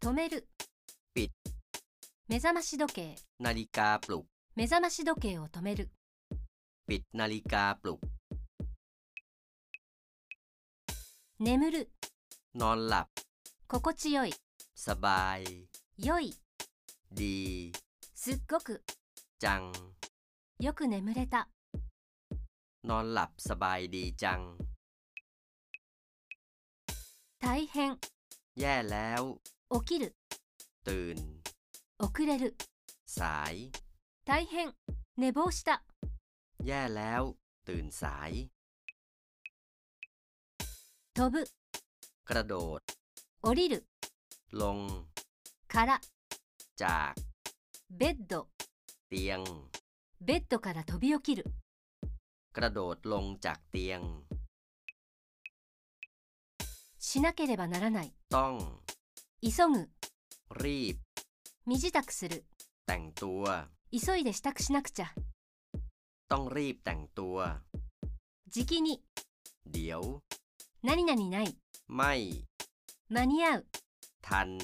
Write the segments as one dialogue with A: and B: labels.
A: 止める
B: ปิด
A: 目覚まし時計
B: นาฬิกาปลุก
A: 目覚まし時計を止める
B: ปิดนาฬิกาปลุก
A: 眠る
B: นอนหลับ
A: 心地よい
B: สบาย
A: 良い
B: ดี
A: すっごく
B: จัง
A: よく眠れた
B: นอนหลับสบายดีจัง
A: 大変
B: แย่แล้ว
A: 起きる
B: ตื่น
A: 遅れる
B: สาย
A: 大変寝坊した
B: แย่แล้ว ตื่นสาย
A: 飛ぶ
B: กระโดด
A: 降りる
B: ลง
A: から
B: จาก
A: ベッド
B: เตียง
A: ベッドから飛び起きる
B: กระโดดลงจากเตียง
A: しなければならない
B: ต้อง
A: 急ぐ
B: รีบ
A: 身支度する
B: แต่งตัว
A: 急いで支度しなくちゃ
B: ต้องรีบแต่งตัว
A: じきに
B: เดี๋ยว
A: 何々ない
B: ไม่
A: 間に合う
B: ทัน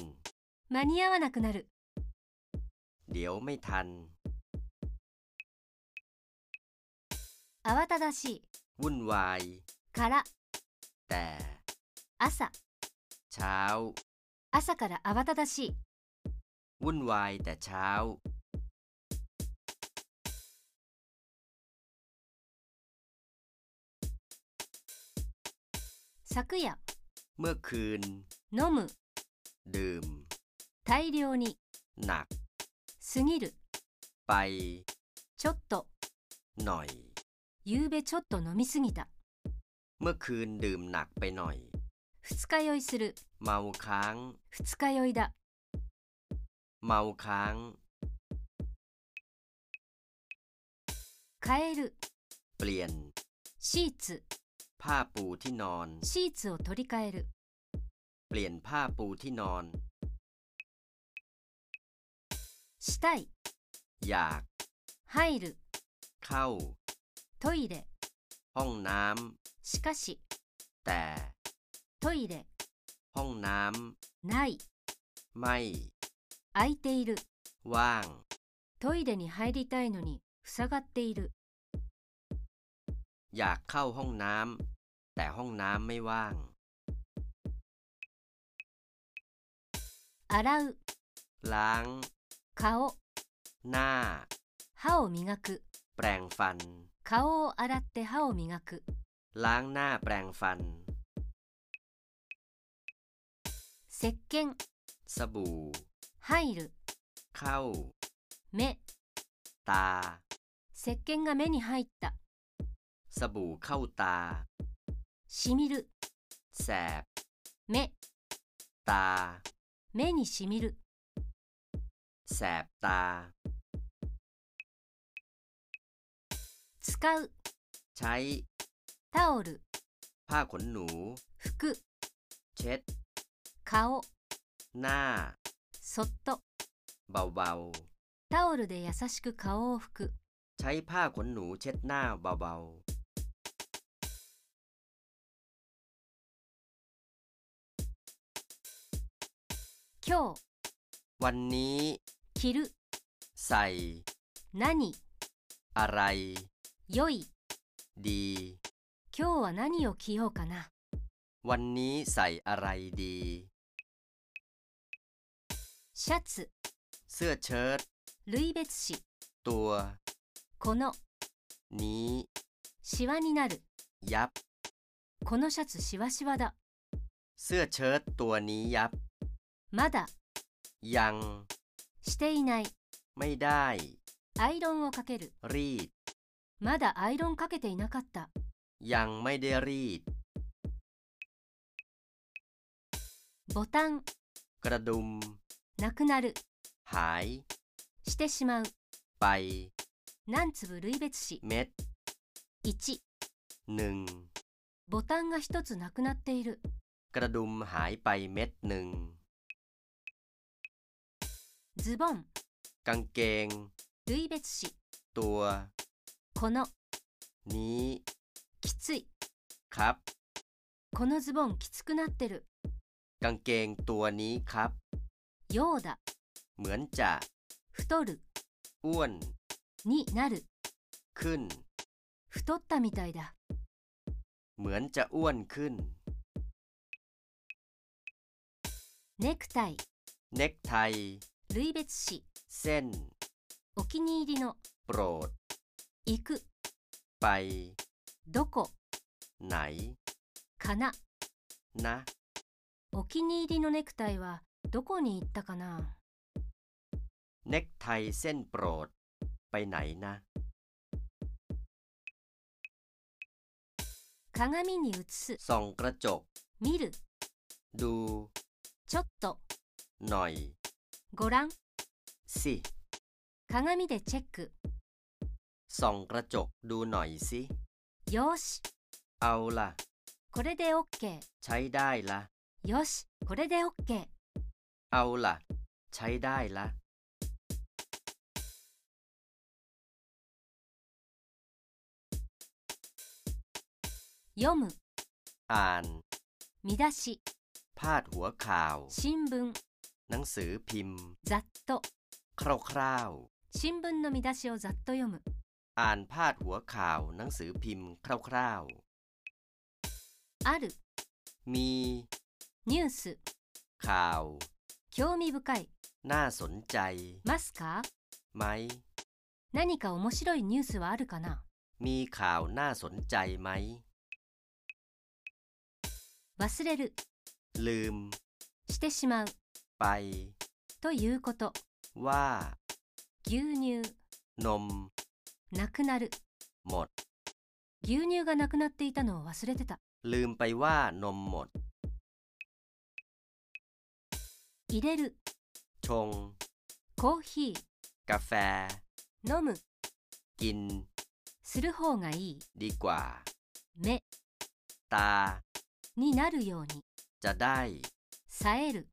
A: 間に合わなくなる
B: เดี๋ยวไม่ทัน
A: 慌ただしい
B: วุ่นวาย
A: から
B: แต่
A: 朝
B: เช้า
A: 朝から慌ただしい
B: วุ่นวายแต่เช้า
A: 昨夜
B: เมื่อคืน
A: 飲む
B: ดื่ม
A: 大量に
B: หนัก
A: 過ぎる
B: ไป
A: ちょっと
B: หน่อย
A: 夕べちょっと飲みすぎた
B: เมื่อคืนดื่มหนักไปหน่อย
A: 二日酔いする
B: เมาค้าง
A: 二日酔いだ
B: เมาค้าง
A: 変える
B: เปลี่ยน
A: シーツ
B: ผ้าปูที่นอน
A: シーツを取り替える
B: เปลี่ยนผ้าปูที่นอน
A: したい
B: อยาก
A: 入る
B: เข้า
A: トイレ
B: ห้องน้
A: しかし
B: ำแต่
A: トイレ
B: ห้องน้
A: ない
B: ำไม่
A: 空いている
B: ว่าง
A: トイレに入りたいのに塞がっている
B: อยากเข้าห้องน้ำแต่ห้องน้ำไม่ว่าง
A: 洗う
B: ล้าง
A: 顔
B: หน้า
A: 歯を磨く
B: แปรงฟัน
A: 顔を洗って歯を磨く
B: ล้างหน้าแปรงฟัน
A: 石鹸
B: สบู่
A: 入る
B: เข้า
A: 目
B: ตา
A: 石鹸が目に入った
B: สบู่เข้าตา
A: しみる
B: แสบ
A: 目
B: ตา
A: 目にしみる
B: แสบตา
A: 使う
B: ใช้
A: タオル
B: ผ้าขนหนู
A: 服
B: เช็ด
A: 顔
B: หน้า
A: そっと
B: เบา
A: タオルで優しく顔を拭く
B: ๆ ใช้ผ้าขนหนูเช็ดหน้าเบา
A: 今日
B: ๆ วันนี้
A: 着る
B: ใส่
A: 何
B: อะไร
A: 良い
B: ดี
A: 今日は何を着ようかな
B: วันนี้ใส่อะไรดี
A: シャツ
B: เสื้อเชิ้ต
A: 類別紙
B: ตัว
A: この
B: นี้
A: シワになる
B: ยับ
A: このシャツシワシワだ
B: เสื้อเชิ้ตตัวนี้ยับ
A: まだ
B: ยัง
A: していない
B: ไม่ได้
A: アイロンをかける
B: รีด
A: まだアイロンかけていなかった
B: ยังไม่ได้รีด
A: ボタン
B: กระดุม
A: なくなる
B: หาย
A: してしまう
B: ไป
A: 何粒類別紙
B: เม็ด
A: 1
B: หนึ่ง
A: ボタンが1つなくなっている
B: กระดุมหายไปเม็ดหนึ่ง
A: ズボン
B: กางเกง
A: 類別紙
B: ตัว
A: この
B: นี้
A: きつい
B: ครับ
A: このズボンきつくなってる
B: กางเกงตัวนี้ครับ
A: ようだ、
B: เหมือนจะ
A: 太る、
B: อ้วน
A: になる、
B: ขึ้น
A: 太ったみたいだ。
B: เหมือนจะอ้วนขึ้น
A: ネクタイ、
B: เน็กไท
A: 類別詞、
B: เส้น
A: お気に入りの、
B: โปรด
A: 行く、
B: ไป
A: どこ、
B: ไหน
A: かな。
B: นะ
A: お気に入りのネクタイはどこに行ったかな
B: เน็กไทเส้นโปรด ไปไหนนะ
A: 鏡に映す、
B: ส่องกระจก
A: 見る、
B: ดู
A: ちょっと、
B: หน่อย
A: ご覧、
B: สิ
A: 鏡でチェック、
B: ส่องกระจกดูหน่อยสิ
A: よーし、
B: เอาล่ะ
A: これで OK、
B: ใช้ได้ละ
A: よし、これで OK、
B: เอาล่ะ ใช้ได้ละ
A: 読む、
B: อ่าน
A: 見出し、
B: พาดหัวข่าว
A: 新聞、
B: หนังสือพิมพ์
A: ざっと、
B: คร่าว
A: 新聞の見出しをざっと読む、
B: ๆ อ่านพาดหัวข่าวหนังสือพิมพ์คร่าว
A: ある、
B: ๆ มี
A: ニュース、
B: ข่าว
A: 興味深い、
B: น่าสนใจ
A: ますか
B: ไหม
A: 何か面白いニュースはあるかな
B: มีข่าวน่าสนใจไหม
A: 忘れる、
B: ลืม
A: してしまう、
B: ไป
A: ということ、
B: ว่า
A: 牛乳、
B: นม
A: なくなる。
B: หมด
A: 牛乳がなくなっていたのを忘れてた
B: ลืมไปว่านมหมด
A: 入れる
B: ชง
A: コーヒ
B: กาแฟ
A: ー飲む
B: กิน
A: する方がいい
B: ดีกว่า
A: 目
B: ตา
A: になるように
B: จะได้
A: 冴える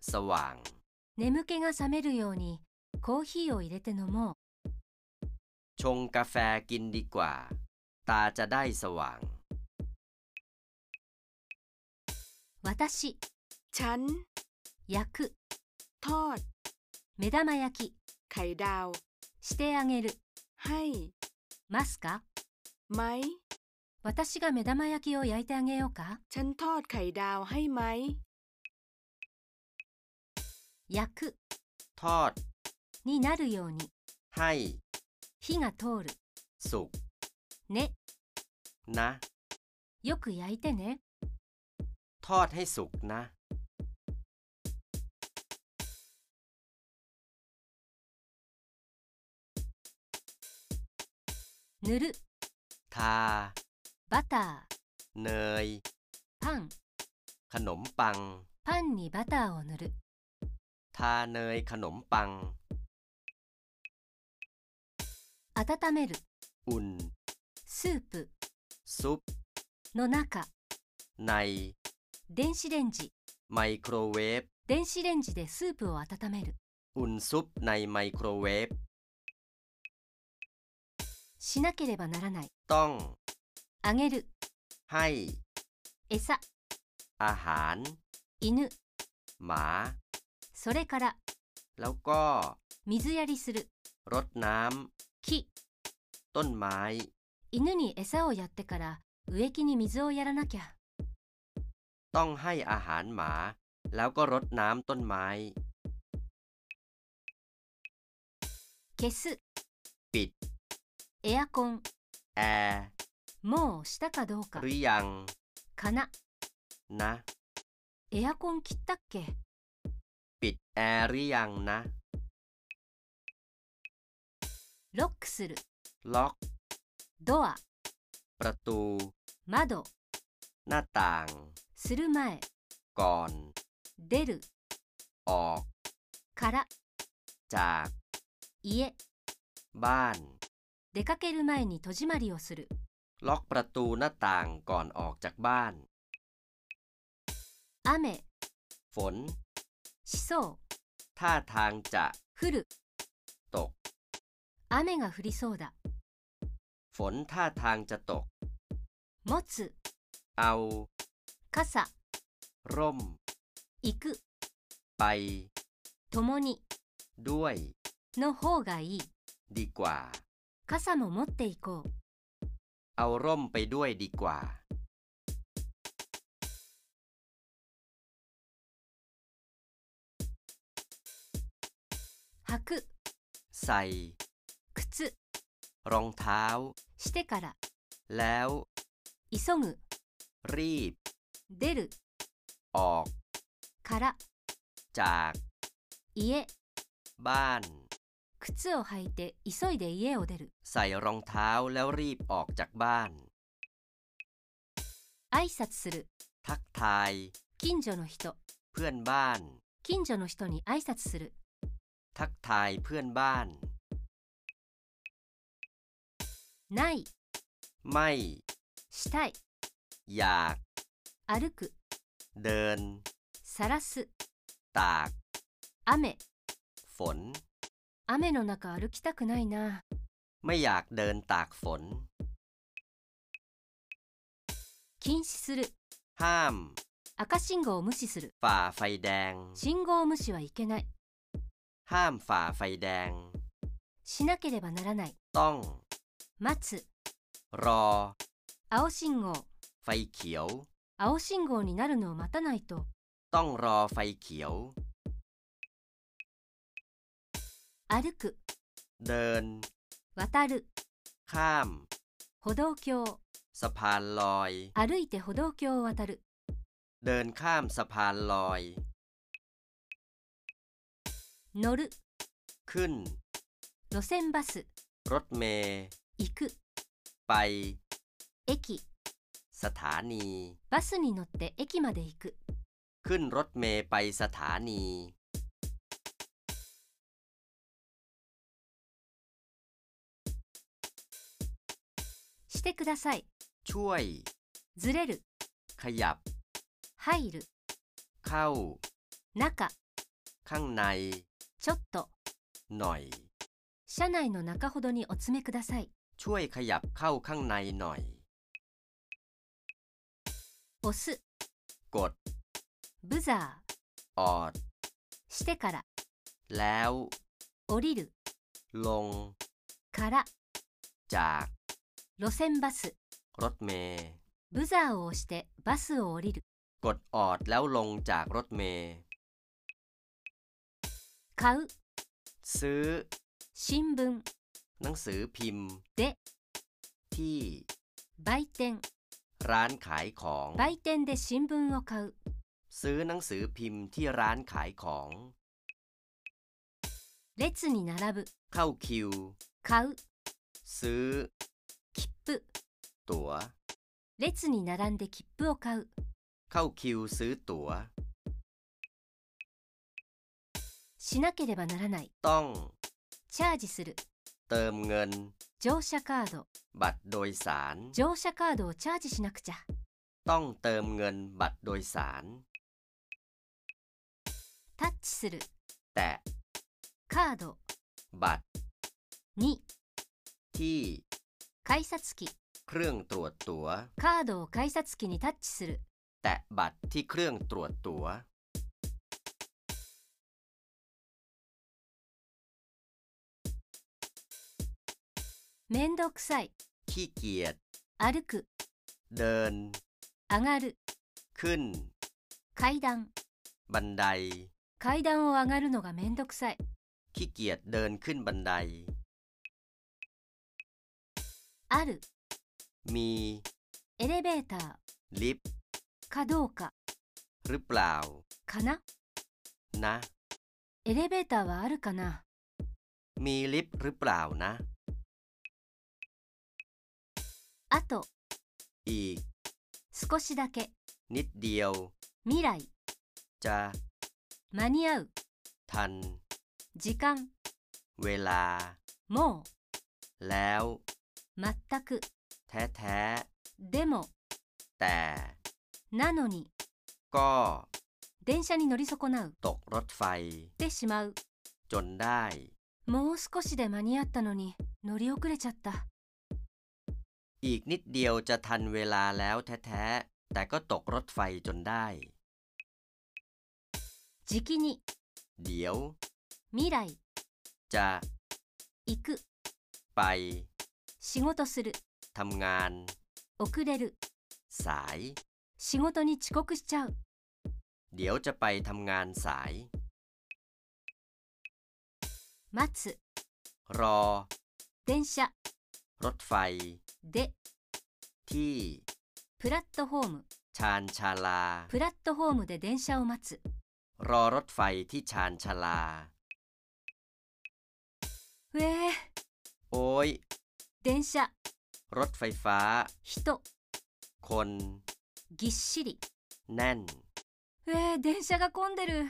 B: สว่าง
A: 眠気が覚めるようにコーヒーを入れて飲もう
B: ชงกาแฟกินดีกว่า ตาจะได้สว่าง
A: 私
C: ฉัน
A: 焼く
C: ทอด
A: 目玉焼き
C: ไข่ดาว
A: してあげる
C: ให้
A: ますか
C: ไหม
A: 私が目玉焼きを焼いてあげようか
C: ฉันทอดไข่ดาวให้ไหม
A: 焼く
B: ทอด
A: になるように
B: ให้
A: 火が通る
B: สุก
A: ね
B: นะ
A: よく焼いてね
B: ทอดให้สุกนะ
A: 塗る
B: ทา
A: バター
B: เนย
A: パン
B: ขนมปัง
A: パンにバターを塗る
B: ทาเนยขนมปัง
A: 温める
B: อุ่น
A: スープ
B: ซุป
A: の中
B: ใน
A: 電子レンジ
B: ไมโครเวฟ
A: 電子レンジでスープを温める
B: อุ่นซุปในไมโครเวฟ
A: しなければならない
B: ต้อง
A: あげる
B: ให้
A: 餌
B: อาหาร
A: 犬
B: หมา
A: それから
B: แล้วก็
A: 水やりする
B: รดน้
A: 木
B: ำ ต้นไม้
A: 犬に餌をやってから植木に水をやらなきゃ
B: ต้องให้อาหารหมา แล้วก็รดน้ำต้นไม้
A: 消す
B: ปิด
A: エアコン
B: แอร์
A: もうしたかどうか
B: หรือยัง
A: かな
B: นะ
A: エアコン切ったっけ
B: ปิดแอร์หรือยังนะ
A: ロックする
B: ล็อก
A: ドア
B: ประตู
A: 窓
B: หน้าต่าง
A: する前
B: ก่อน
A: 出る
B: ออก
A: から
B: จาก
A: 家
B: บ้าน
A: 出かける前に戸締まりをする
B: ล็อกประตูหน้าต่างก่อนออกจากบ้าน
A: 雨
B: ฝน
A: しそう
B: ท่าทางจะ
A: 降る
B: ตก
A: 雨が降りそうだ
B: ฝนท่าทางจะตก
A: 持つ
B: เอา
A: 傘
B: ร่ม
A: 行く
B: ไป
A: 共に
B: ด้วย
A: の方がいい。
B: ดีกว่า
A: 傘も持っていこう。
B: เอาร่มไปด้วยดีกว่า
A: 履く、
B: ใส่
A: 靴、
B: รองเท้า
A: してから、
B: แล้ว
A: 急ぐ、
B: รีบ
A: 出る、
B: ออก
A: から、
B: จาก
A: 家、
B: บ้าน
A: 靴を履いて急いで家を出る。
B: ใส่รองเท้าแล้วรีบออกจากบ้าน
A: 挨拶する、
B: ทักทาย
A: 近所の人、
B: เพื่อนบ้าน
A: 近所の人に挨拶する。
B: ทักทายเพื่อนบ้าน
A: ない、
B: ไม่
A: したい、
B: อยาก
A: 歩く、
B: เดิน
A: さらす、
B: ตาก
A: 雨、
B: ฝน
A: 雨の中歩きたくないな。
B: ไม่อยากเดินตากฝน
A: 禁止する、
B: ห้าม
A: 赤信号を無視する。
B: ฝ่าไฟแดง
A: 信号無視はいけない。
B: ห้ามฝ่าไฟแดง
A: しなければならない。
B: ต้อง
A: 待つ、
B: รอ
A: 青信号、
B: ไฟเขียว
A: 青信号になるのを待たないと。
B: ต้องรอไฟเขียว
A: 歩く、
B: เดิน
A: 渡る、
B: ข้าม
A: 歩道橋、
B: สะพานลอย
A: 歩いて歩道橋を渡る。
B: เดินข้ามสะพานลอย
A: 乗る、
B: ขึ้น
A: 路線バス、
B: รถเมย์
A: 行く、
B: ไป
A: 駅、
B: สถานี
A: バスに乗って駅まで行く。
B: ขึ้นรถเมย์ไปสถานี
A: してください。
B: ช่วย
A: ずれる、
B: ขยับ
A: 入る、
B: เข้า
A: 中、
B: ข้างใน
A: ちょっと、
B: หน่อย
A: 車内の中ほどにお詰めください。
B: ช่วยขยับเข้าข้างในหน่อย
A: 押す、
B: กด
A: ブザー、
B: ออด
A: してから、
B: แล้ว
A: 降りる、
B: ลง
A: から、
B: จาก
A: 路線バス、
B: รถเมย์
A: ブザーを押してバスを降りる。
B: กดออดแล้วลงจากรถเมย์
A: 買う、
B: ซื้อ
A: 新聞、
B: หนังสือพิมพ์
A: เดะ
B: ที่
A: 売店、
B: ร้านขายของ
A: 売店で新聞を買う。
B: ซื้อหนังสือพิมพ์ที่ร้านขายของ
A: 列に並ぶ、
B: เข้าคิว
A: 買う、
B: ซื้อ
A: 切符、
B: ตั๋ว
A: 列に並んで切符を買う。
B: เข้าคิวซื้อตั๋ว
A: しなければならない。
B: ต้อง
A: チャージする。
B: เติมเงิน
A: 乗車カード。
B: บัตรโดยสาร
A: 乗車カードをチャージしなくちゃ。
B: ต้องเติมเงินบัตรโดยสาร
A: タッチする。
B: แตะ
A: カード。
B: บัตร
A: 2。
B: ที่
A: 改札機。
B: เครื่องตรวจตั๋ว
A: カードを改札機にタッチする。
B: แตะบัตรที่เครื่องตรวจตั๋ว
A: めんどくさい。
B: ขี้เกียจ
A: 歩く。
B: เดิน
A: 上がる。
B: ขึ้น
A: 階段。
B: บันได
A: 階段を上がるのがめんどくさい。
B: ขี้เกียจเดินขึ้นบันได
A: ある。
B: มี
A: エレベーター。
B: ลิฟต์
A: かどうか。
B: หรือเปล่า
A: かな
B: นะ
A: エレベーターはあるかな
B: มีลิฟต์หรือเปล่านะ
A: あと、
B: อี
A: 少
B: ก
A: しだけ。
B: นิดเดียว
A: 未来。
B: จะ
A: 間に合う。
B: ทัน
A: 時間。
B: เวลา
A: も
B: แล้ว
A: う。全く。
B: แท้แท้
A: でも。
B: ๆแต่
A: なのに。
B: ก็
A: 電車に乗り損なうっ
B: ตกรถไฟ
A: てしまう
B: จนได้
A: もう少しで間に合ったのに乗り遅れちゃった
B: อีกนิดเดียวจะทันเวลาแล้วแท้ๆแต่ก็ตกรถไฟจนได้
A: じきに
B: เดี๋ยว
A: 未来、
B: จะ
A: 行く、
B: ไป
A: 仕事する、
B: ทำงาน
A: 遅れる、
B: สาย
A: 仕事に遅刻しちゃう、
B: เดี๋ยวจะไปทำงานสาย
A: 待つ、
B: รอ
A: 電車、
B: รถไฟ
A: で、
B: ที่
A: プラットホーム、
B: ชานชาลา
A: プラットホームで電車を待つ、
B: รอรถไฟที่ชานชาลา
A: うえー、
B: โอ้ย
A: 電車、
B: รถไฟฟ้า
A: 人、
B: คน
A: ぎっしり、
B: แน่น
A: うえー、電車が混んでる、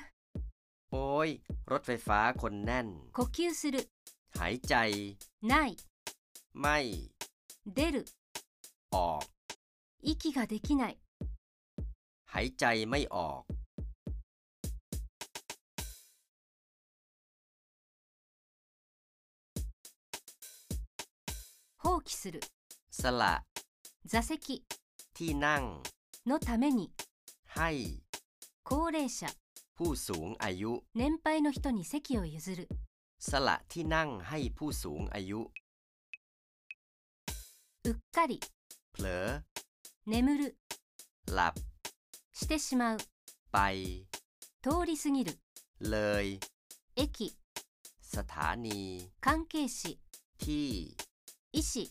B: โอ้ย รถไฟฟ้าคนแน่น
A: 呼吸する、
B: หายใจ
A: ない、
B: ไม่
A: 出る、
B: ออก
A: 息ができない、
B: หายใจไม่ออก
A: 放棄する、
B: สละ
A: 座席
B: ที่นั่ง
A: のために、
B: ให้
A: 高齢者、
B: ผู้สูงอายุ
A: 年配の人に席を譲る、
B: สละที่นั่งให้ผู้สูงอายุ
A: うっかり、
B: เผลอ
A: 眠る、
B: หลับ
A: してしまう、
B: ไป
A: 通り過ぎる、
B: เลย
A: 駅、
B: สถานี
A: 関係士、
B: ที่
A: 医師、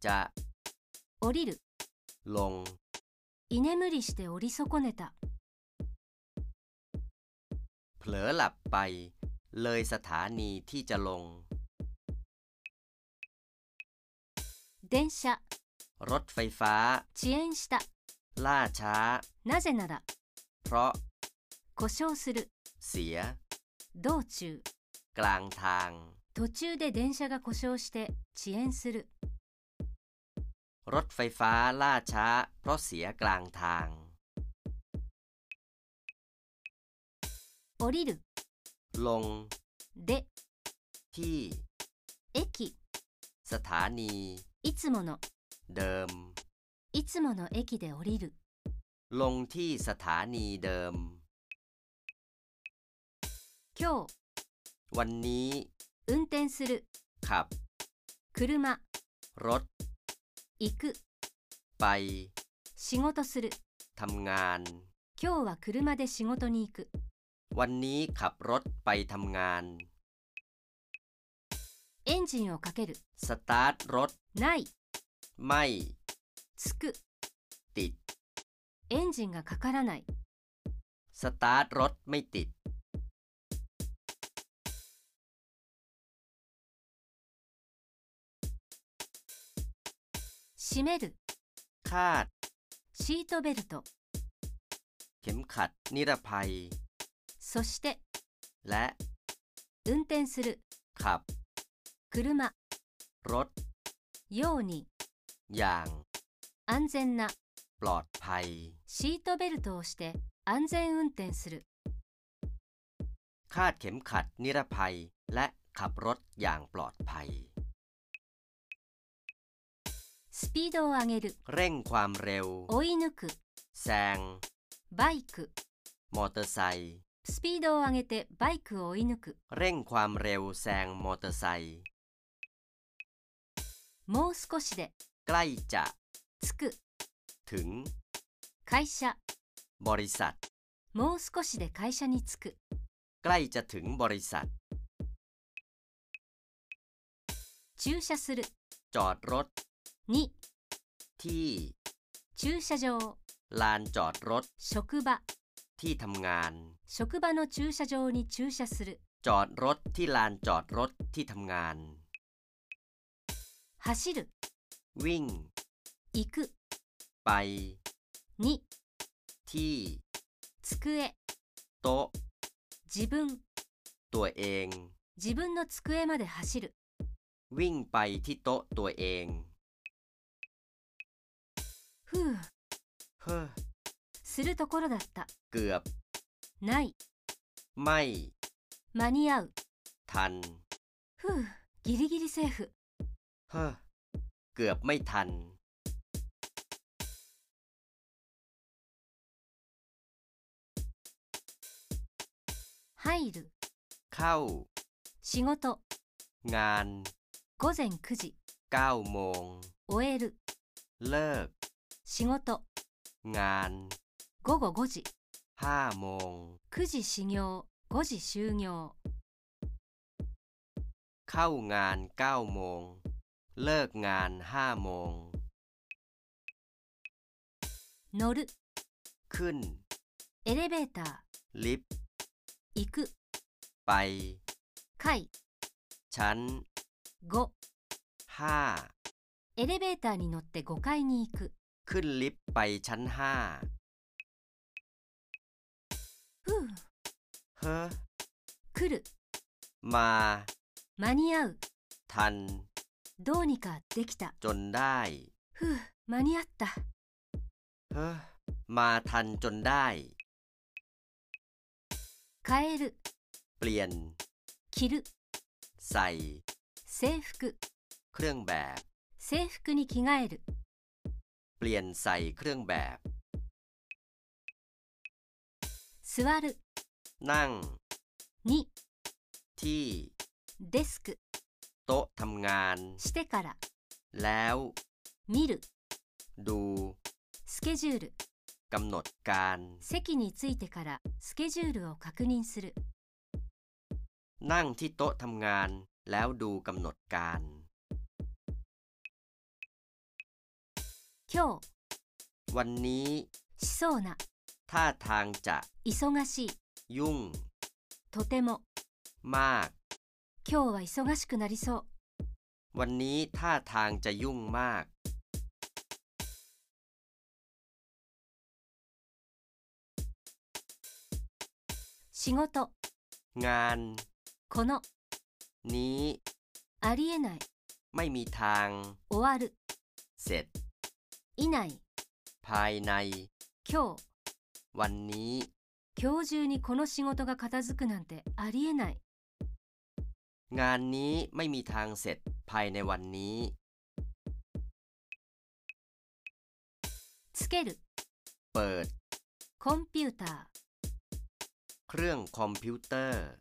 B: จะ
A: 降りる、
B: ลง
A: 居眠りして降り損ねた、
B: เผลอหลับไป เลยสถานีที่จะลง
A: 電車、
B: รถไฟฟ้า
A: 遅延した、
B: ล่าช้า
A: なぜなら、
B: เพราะ
A: 故障する、
B: เสีย
A: 道中、
B: กลางทาง
A: 途中で電車が故障して遅延する、
B: รถไฟฟ้าล่าช้า เพราะเสียกลางทาง
A: 降りる、
B: ลง
A: で、
B: ที่
A: 駅、
B: สถานี
A: いつもの、
B: เดิม
A: いつもの駅で降りる、
B: ลงที่สถานีเดิม
A: 今日、
B: วันนี้
A: 運転する、
B: ขับ
A: 車、
B: รถ
A: 行く、
B: ไป
A: 仕事する、
B: ทำงาน
A: 今日は車で仕事に行く、
B: วันนี้ขับรถไปทำงาน
A: エンジンをかける、
B: สตาร์ทรถ
A: ない、
B: ไม่
A: つく、
B: ติด
A: エンジンがかからない、
B: สตาร์ทรถไม่ติด
A: 閉める、
B: คาด
A: シートベルト、
B: เข็มขัดนิรภัย
A: そして、
B: และ
A: 運転する、
B: ขับ
A: 車、
B: รถ
A: ように、
B: อย่าง
A: 安全な、
B: ปลอดภัย
A: シートベルトをして、安全運転する、
B: คาดเข็มขัดนิรภัย และขับรถอย่างปลอดภัย
A: スピードを上げる、
B: เร่งความเร็ว
A: 追い抜く、
B: แซง
A: バイク、
B: มอเตอร์ไซค์
A: スピードを上げてバイクを追い抜く、
B: เร่งความเร็วแซงมอเตอร์ไซค์
A: もう少しで、
B: ใกล้จะ
A: つく、
B: ถึง
A: 会社、
B: บริษัท
A: もう少しで会社に着く、
B: ใกล้จะถึงบริษัท
A: 駐車する、
B: จอดรถ
A: 2、
B: ที่
A: 駐車場、
B: ลานจอดรถ
A: 職場、
B: ที่ทำงาน
A: 職場の駐車場に駐車する、
B: จอดรถที่ลานจอดรถที่ทำงาน
A: 走る、
B: วิ่ง
A: 行く、
B: ไป
A: 2、
B: ที่
A: 机、
B: โต๊ะ
A: 自分、
B: ตัวเอง
A: 自分の机まで走る、
B: วิ่งไปที่โต๊ะตัวเอง
A: ふう、
B: เฮ้อ
A: するところだった、
B: เกือบ
A: ない、
B: ไม่
A: 間に合う、
B: ทัน
A: ふう、ギリギリセーフ、
B: เฮ้อเกือบไม่ทัน
A: 入る、
B: เข้า
A: 仕事、
B: งาน
A: 午前9時、
B: 9โมง
A: 終える、
B: เลิก
A: 仕事、
B: งาน
A: 午後5時、
B: 5โมง
A: 9時始業、5時終業、
B: เข้างาน9โมง เลิกงาน5โมง
A: 乗る、
B: ขึ้น
A: エレベーター、
B: ลิฟต์
A: 行く、
B: ไป
A: 階、
B: ชั้น
A: 5、
B: 5
A: エレベーターに乗って5階に行く。
B: ขึ้นลิฟต์ไปชั้น
A: ふう、
B: 5เฮ้อ
A: 来る、
B: มา
A: 間に合う、
B: ทัน
A: どうにかできた。
B: จนได้
A: ふう、間に合った。
B: เฮ้อมาทันจนได้
A: 変える、
B: เปลี่ยน
A: 着る、
B: ใส่
A: 制服、
B: เครื่องแบบ
A: 制服に着替える、
B: เปลี่ยนใส่เครื่องแบบ
A: 座る、
B: นั่ง
A: に、
B: ที่
A: デスク、
B: โต๊ะทำงาน
A: してから、
B: แล้ว
A: 見る、
B: ดู
A: スケジュール、
B: กำหนดการ
A: 席に着いてから、スケジュールを確認する、
B: นั่งที่โต๊ะทำงาน แล้วดูกำหนดการ
A: 今日、
B: วันนี้
A: しそうな、
B: ท่าทางจะ
A: 忙しい、
B: ยุ่ง
A: とても、
B: มาก
A: 今日は忙しくなりそう、
B: วันนี้ท่าทางจะยุ่งมาก
A: 仕事、
B: งาน
A: この、
B: นี้
A: ありえない、
B: ไม่มีทาง
A: 終わる、
B: เสร็จ
A: いない、
B: ภายใน
A: 今日、
B: วันนี้
A: 今日中にこの仕事が片付くなんてありえない、
B: งานนี้ไม่มีทางเสร็จภายในวันนี้
A: つける、
B: เปิด
A: コンピューター、
B: เครื่องคอมพิวเตอร์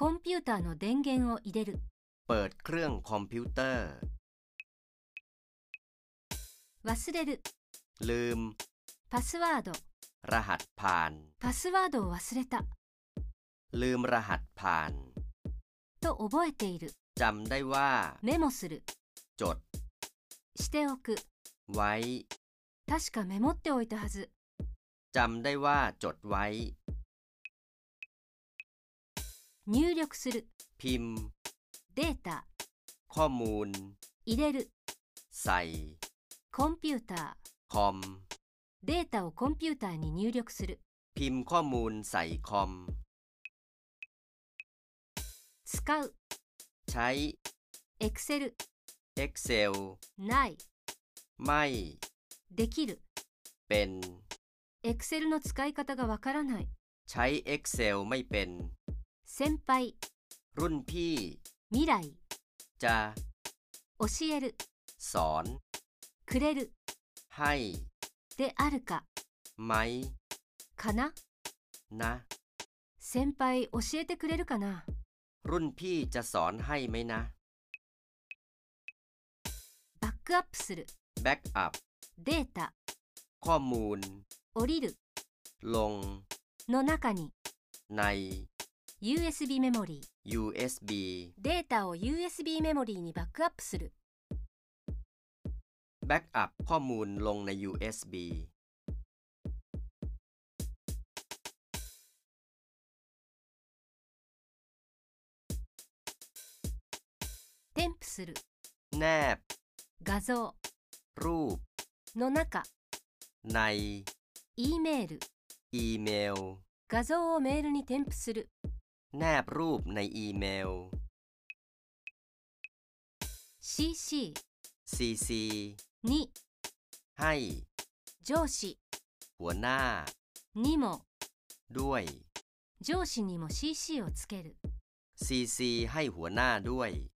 A: コンピューターの電源を入れる、
B: เปิดเครื่องคอมพิวเตอร์
A: 忘れる、
B: ลืม
A: パスワード、
B: รหัสผ่าน
A: パスワードを忘れた、
B: ลืมรหัสผ่าน
A: と覚えている、
B: จำได้ว่า
A: メモする、
B: จด
A: しておく、
B: ไว้
A: 確かメモっておいたはず、
B: จำได้ว่าจดไว้
A: 入力する、
B: พิมพ์
A: データ、
B: ข้อมูล
A: 入れる、
B: ใส่
A: コンピューター、
B: คอม
A: データをコンピューターに入力する、
B: พิมพ์ข้อมูลใส่คอม
A: 使う、
B: ใช้
A: エクセル、
B: Excel
A: ない、
B: ไม่
A: できる、
B: เป็น
A: エクセルの使い方がわからない、
B: ใช้ Excel ไม่เป็น
A: 先輩、
B: รุ่นพี่
A: 未来、
B: จะ
A: 教える、
B: สอน
A: くれる、
B: ให้
A: であるか、
B: ไหม
A: かな
B: นะ
A: 先輩教えてくれるかな
B: รุ่นพี่จะสอนให้ไหมนะ
A: バックアップする、
B: แบ็กอัพ
A: データ、
B: ข้อมูล
A: 降りる、
B: ลง
A: の中に、
B: ใน
A: USB メモリー、
B: USB
A: データを USB メモリーにバックアップする、
B: แบ็กอัพข้อมูลลงใน USB
A: 添付する、
B: แนบ
A: 画像、
B: รูป
A: の中、
B: ใน
A: E メール、
B: อีเมล
A: 画像をメールに添付する、
B: แนบรูปในอีเมล
A: CC、
B: CC
A: に、
B: ให้
A: 上司、
B: หัวหน้า
A: にも、
B: ด้วย
A: 上司にも CC をつける、
B: CC ให้หัวหน้าด้วย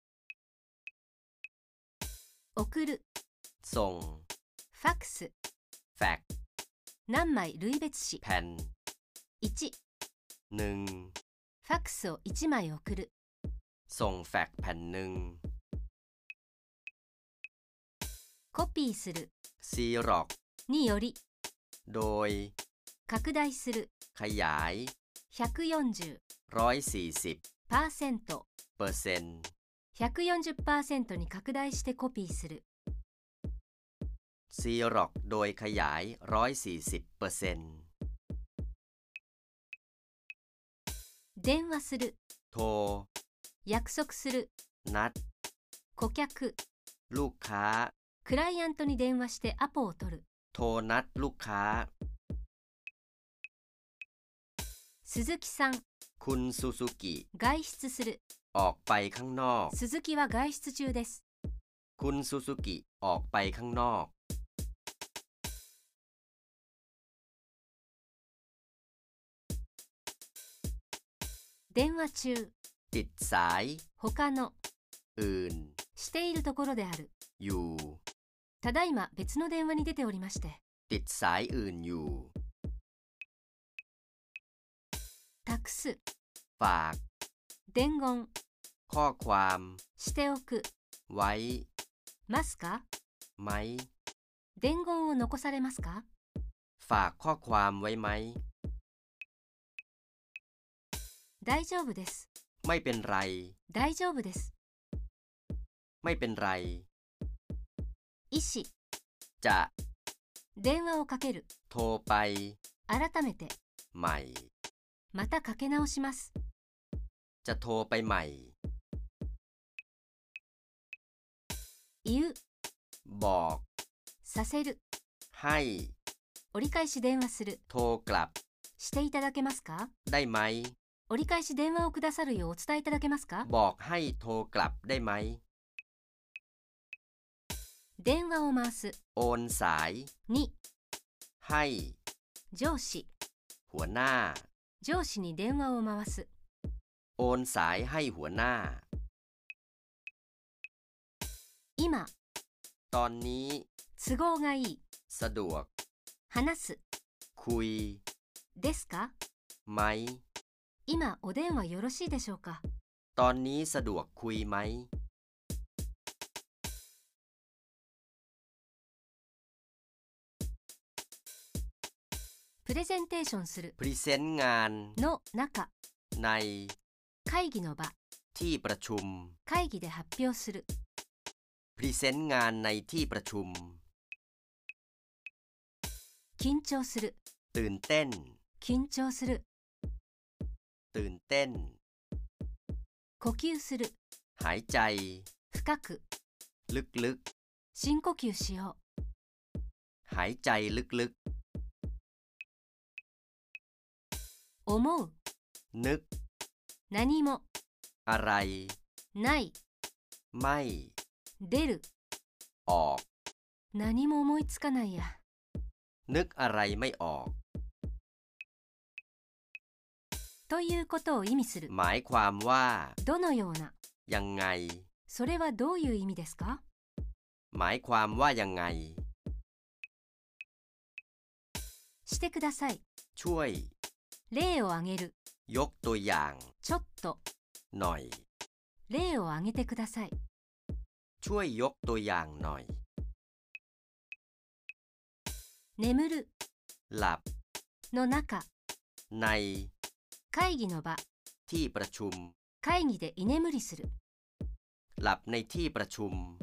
A: 送る、
B: ส่ง
A: ファックス、
B: แฟกซ์
A: 何枚類別紙、
B: แผ่น
A: 1、
B: หนึ่ง
A: ファックスを1枚送る。
B: ส่งแฟกซ์แผ่นหนึ่ง
A: コピーする。
B: ซีรอก
A: により、
B: โดย
A: 拡大する。
B: ขยาย
A: 140%。
B: 140%เปอร์เซ็นต์
A: 140%に拡大してコピーする。
B: ซีรอกโดยขยาย 140%เปอร์เซ็นต์
A: 電話する。
B: โทร
A: 約束する。
B: นัด
A: 顧客。
B: ลูกค้า
A: クライアントに電話してアポを取る。
B: โทรนัดลูกค้า
A: 鈴木さん、
B: คุณซูซูกิ
A: 外出する。
B: ออกไปข้างนอก
A: 鈴木は外出中です。
B: คุณซูซูกิออกไปข้างนอก
A: 電話中。
B: ติดสาย
A: 他の。
B: อื่น
A: しているところである。
B: อยู่
A: ただいま別の電話に出ておりまして。
B: ติดสายอื่นอยู่
A: 託す。
B: ฝาก
A: 伝言。
B: ข้อความ
A: しておく。
B: ไว้
A: ますか
B: ไหม
A: 伝言を残されますか
B: ฝากข้อความไว้ไหม
A: 大丈夫です。
B: ไม่เป็นไร
A: 大丈夫です。
B: ไม่เป็นไร
A: 医師。
B: จะ
A: 電話をかける。
B: โทรไป
A: 改めて。
B: ใหม่
A: またかけ直します。
B: จะโทรไปใหม่
A: 言う。
B: บอก
A: させる。
B: ให้
A: 折り返し電話する。
B: โทรกลับ
A: していただけますか
B: ได้ไหม
A: 折り返し電話をくださるようお伝えいただけますか
B: บอกให้โทรกลับได้ไหม
A: 電話を回す。
B: โอนสาย
A: 2、
B: ให้
A: 上司。
B: หัวหน้า
A: 上司に電話を回す。
B: โอนสายให้หัวหน้า
A: 今、
B: ตอนนี้
A: 都合がいい。
B: สะดวก
A: 話す。
B: คุย
A: ですか
B: ไหม
A: 今、お電話よろしいでしょうか
B: ตอนนี้สะดวกคุยไหม
A: プレゼンテーションする。
B: พรีเซนต์งาน
A: の中、
B: ใน
A: 会議の場、
B: ที่ประชุม
A: 会議で発表する。
B: พรีเซนต์งานในที่ประชุม
A: 緊張する。
B: ตื่นเต้น
A: 緊張する。
B: ตื่นเต้น
A: 呼吸する。
B: หายใจ
A: 深く。
B: ลึก
A: 深呼吸しよ
B: ๆ หายใจลึก
A: う。思う。
B: ๆ นึก
A: 何も。
B: อะไร
A: ない。
B: ไม่
A: 出る。
B: ออก
A: 何も思いつかないや。
B: นึกอะไรไม่ออก
A: ということを意味する。
B: หมายความว่า
A: どのような。
B: ยังไง
A: それはどういう意味ですか
B: หมายความว่ายังไง
A: してください。
B: ช่วย
A: 例を挙げる。
B: ยกตัวอย่าง
A: ちょっと。
B: หน่อย
A: 例を挙げてください。
B: ช่วยยกตัวอย่างหน่อย
A: 眠る。
B: หลับ
A: の中。
B: ใน
A: 会議の場。
B: ที่ประชุม
A: 会議で居眠りする。
B: หลับในที่ประชุม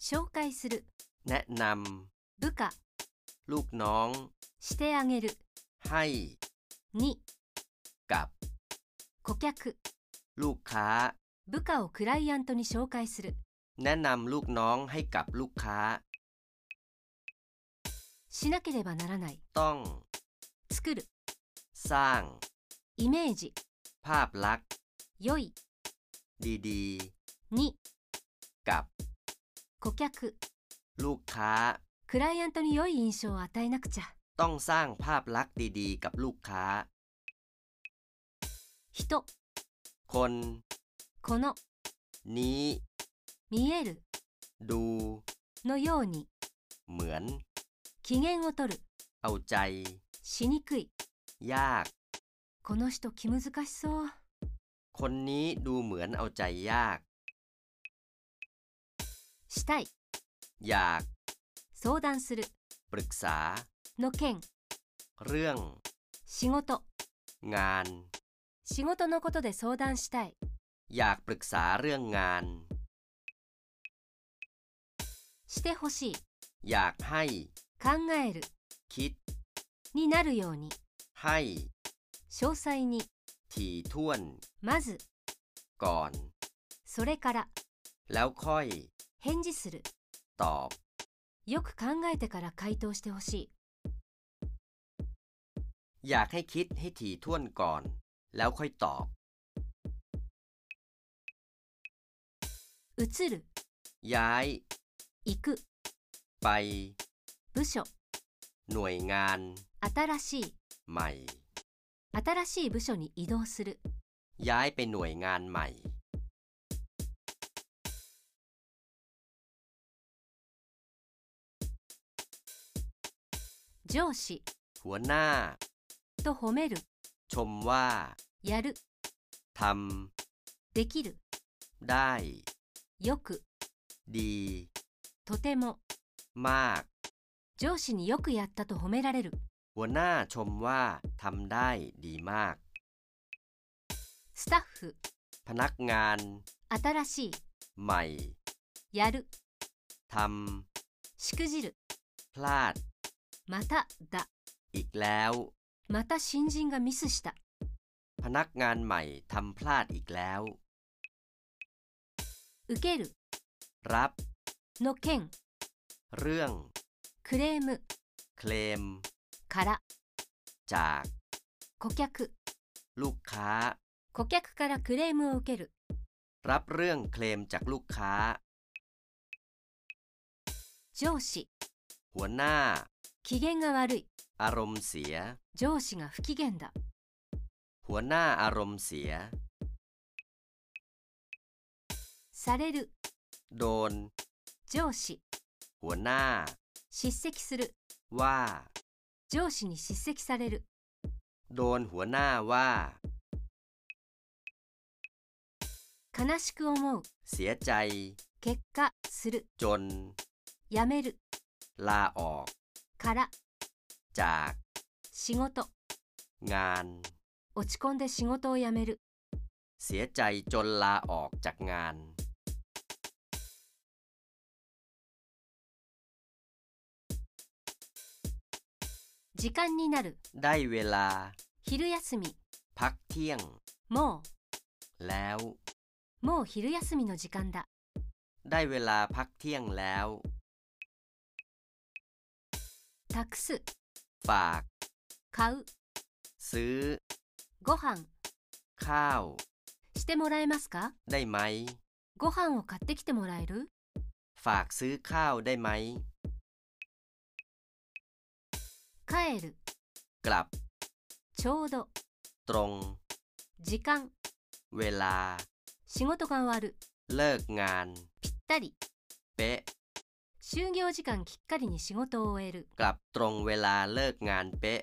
A: 紹介する。
B: แนะน
A: 部下。
B: ำลูกน้อง
A: してあげる。
B: ให้
A: 2、
B: กับ
A: 顧客。
B: ลูกค้า
A: 部下をクライアントに紹介する。
B: แนะนำลูกน้องให้กับลูกค้า
A: しなければならない。
B: ต้อง
A: 作る。
B: สร้าง
A: イメージ。
B: ภาพลักษณ์
A: 良い。
B: ดี
A: 2、
B: ๆ กับ
A: 顧客。
B: ลูกค้า
A: クライアントに良い印象を与えなくちゃ。
B: ต้องสร้างภาพลักษณ์ดีๆ กับลูกค้า
A: 人。
B: คน
A: この。
B: นี้
A: 見える。
B: ดู
A: のように。
B: เหมือน
A: 機嫌を取る
B: เอาใจ
A: しにくい
B: ยาก
A: この人気難しそう
B: คนนี้ดูเหมือนเอาใจยาก
A: したい
B: อยาก
A: 相談する
B: ปรึกษา
A: の件
B: เรื่อง
A: 仕事
B: งาน
A: 仕事のことで相談したい
B: อยากปรึกษาเรื่องงาน
A: してほしい
B: อยากให้
A: 考える
B: คิด
A: になるように
B: ให้
A: 詳細に
B: ถี่ถ้วน
A: まず
B: ก่อน
A: それから
B: แล้วค่อย
A: 返事する
B: ตอบ
A: よく考えてから回答してほしい
B: อยากให้คิดให้ถี่ถ้วนก่อน แล้วค่อยตอบ
A: 移る
B: ย้าย
A: 行く
B: ไป
A: 部署
B: หน่วยงาน
A: 新しい
B: ใหม่
A: 新しい部署に移動する
B: ย้ายไปหน่วยงานใหม่
A: 上司
B: หัวหน้า
A: と褒める
B: ชมว่า
A: やる
B: ท
A: できる
B: ำได้
A: よく
B: ดี
A: とても
B: มาก
A: 上司によくやったと褒められる
B: หัวหน้าชมว่าทำได้ดีมาก
A: スタッフ
B: พนักงาน
A: 新しい
B: ใหม่
A: やる
B: ท
A: しくじる
B: ำพลาด
A: まただ
B: อีกแล้ว
A: また新人がミスした
B: พนักงานใหม่ทำพลาดอีกแล้ว
A: 受ける
B: รับ
A: の件
B: เรื่อง
A: クレーム
B: เคลม
A: から
B: จาก
A: 顧客
B: ลูกค้า
A: 顧客からクレームを受ける
B: รับเรื่องเคลมจากลูกค้า
A: 上司
B: หัวหน้า
A: 機嫌が悪い
B: อารมณ์เสีย
A: 上司が不機嫌だ
B: หัวหน้าอารมณ์เสีย
A: される
B: โดน
A: 上司
B: หัวหน้า
A: 叱責する
B: ว่า
A: 上司に叱責される
B: โดนหัวหน้าว่า
A: 悲しく思う
B: เสียใจ
A: 結果する
B: จน
A: 辞める
B: ลาออก
A: から
B: จาก
A: 仕事
B: งาน
A: 落ち込んで仕事を辞める
B: เสียใจจนลาออกจากงาน
A: 時間になる
B: ได้เวลา
A: 昼休み
B: พักเที่ยง
A: も
B: แล้ว
A: うもう昼休みの時間だ
B: ได้เวลาพักเที่ยงแล้ว
A: 託す
B: ฝาก
A: 買う
B: ซื้อ
A: ご飯
B: ข้าว
A: してもらえますか
B: ได้ไหม
A: ご飯を買ってきてもらえる
B: ฝากซื้อข้าวได้ไหม
A: 帰る
B: กลับ
A: ちょうど
B: ตรง
A: 時間
B: เวลา
A: 仕事が終わる
B: เลิกงาน
A: ぴったり
B: เป๊ะ
A: 就業時間きっかりに仕事を終える
B: กลับตรงเวลาเลิกงานเป๊ะ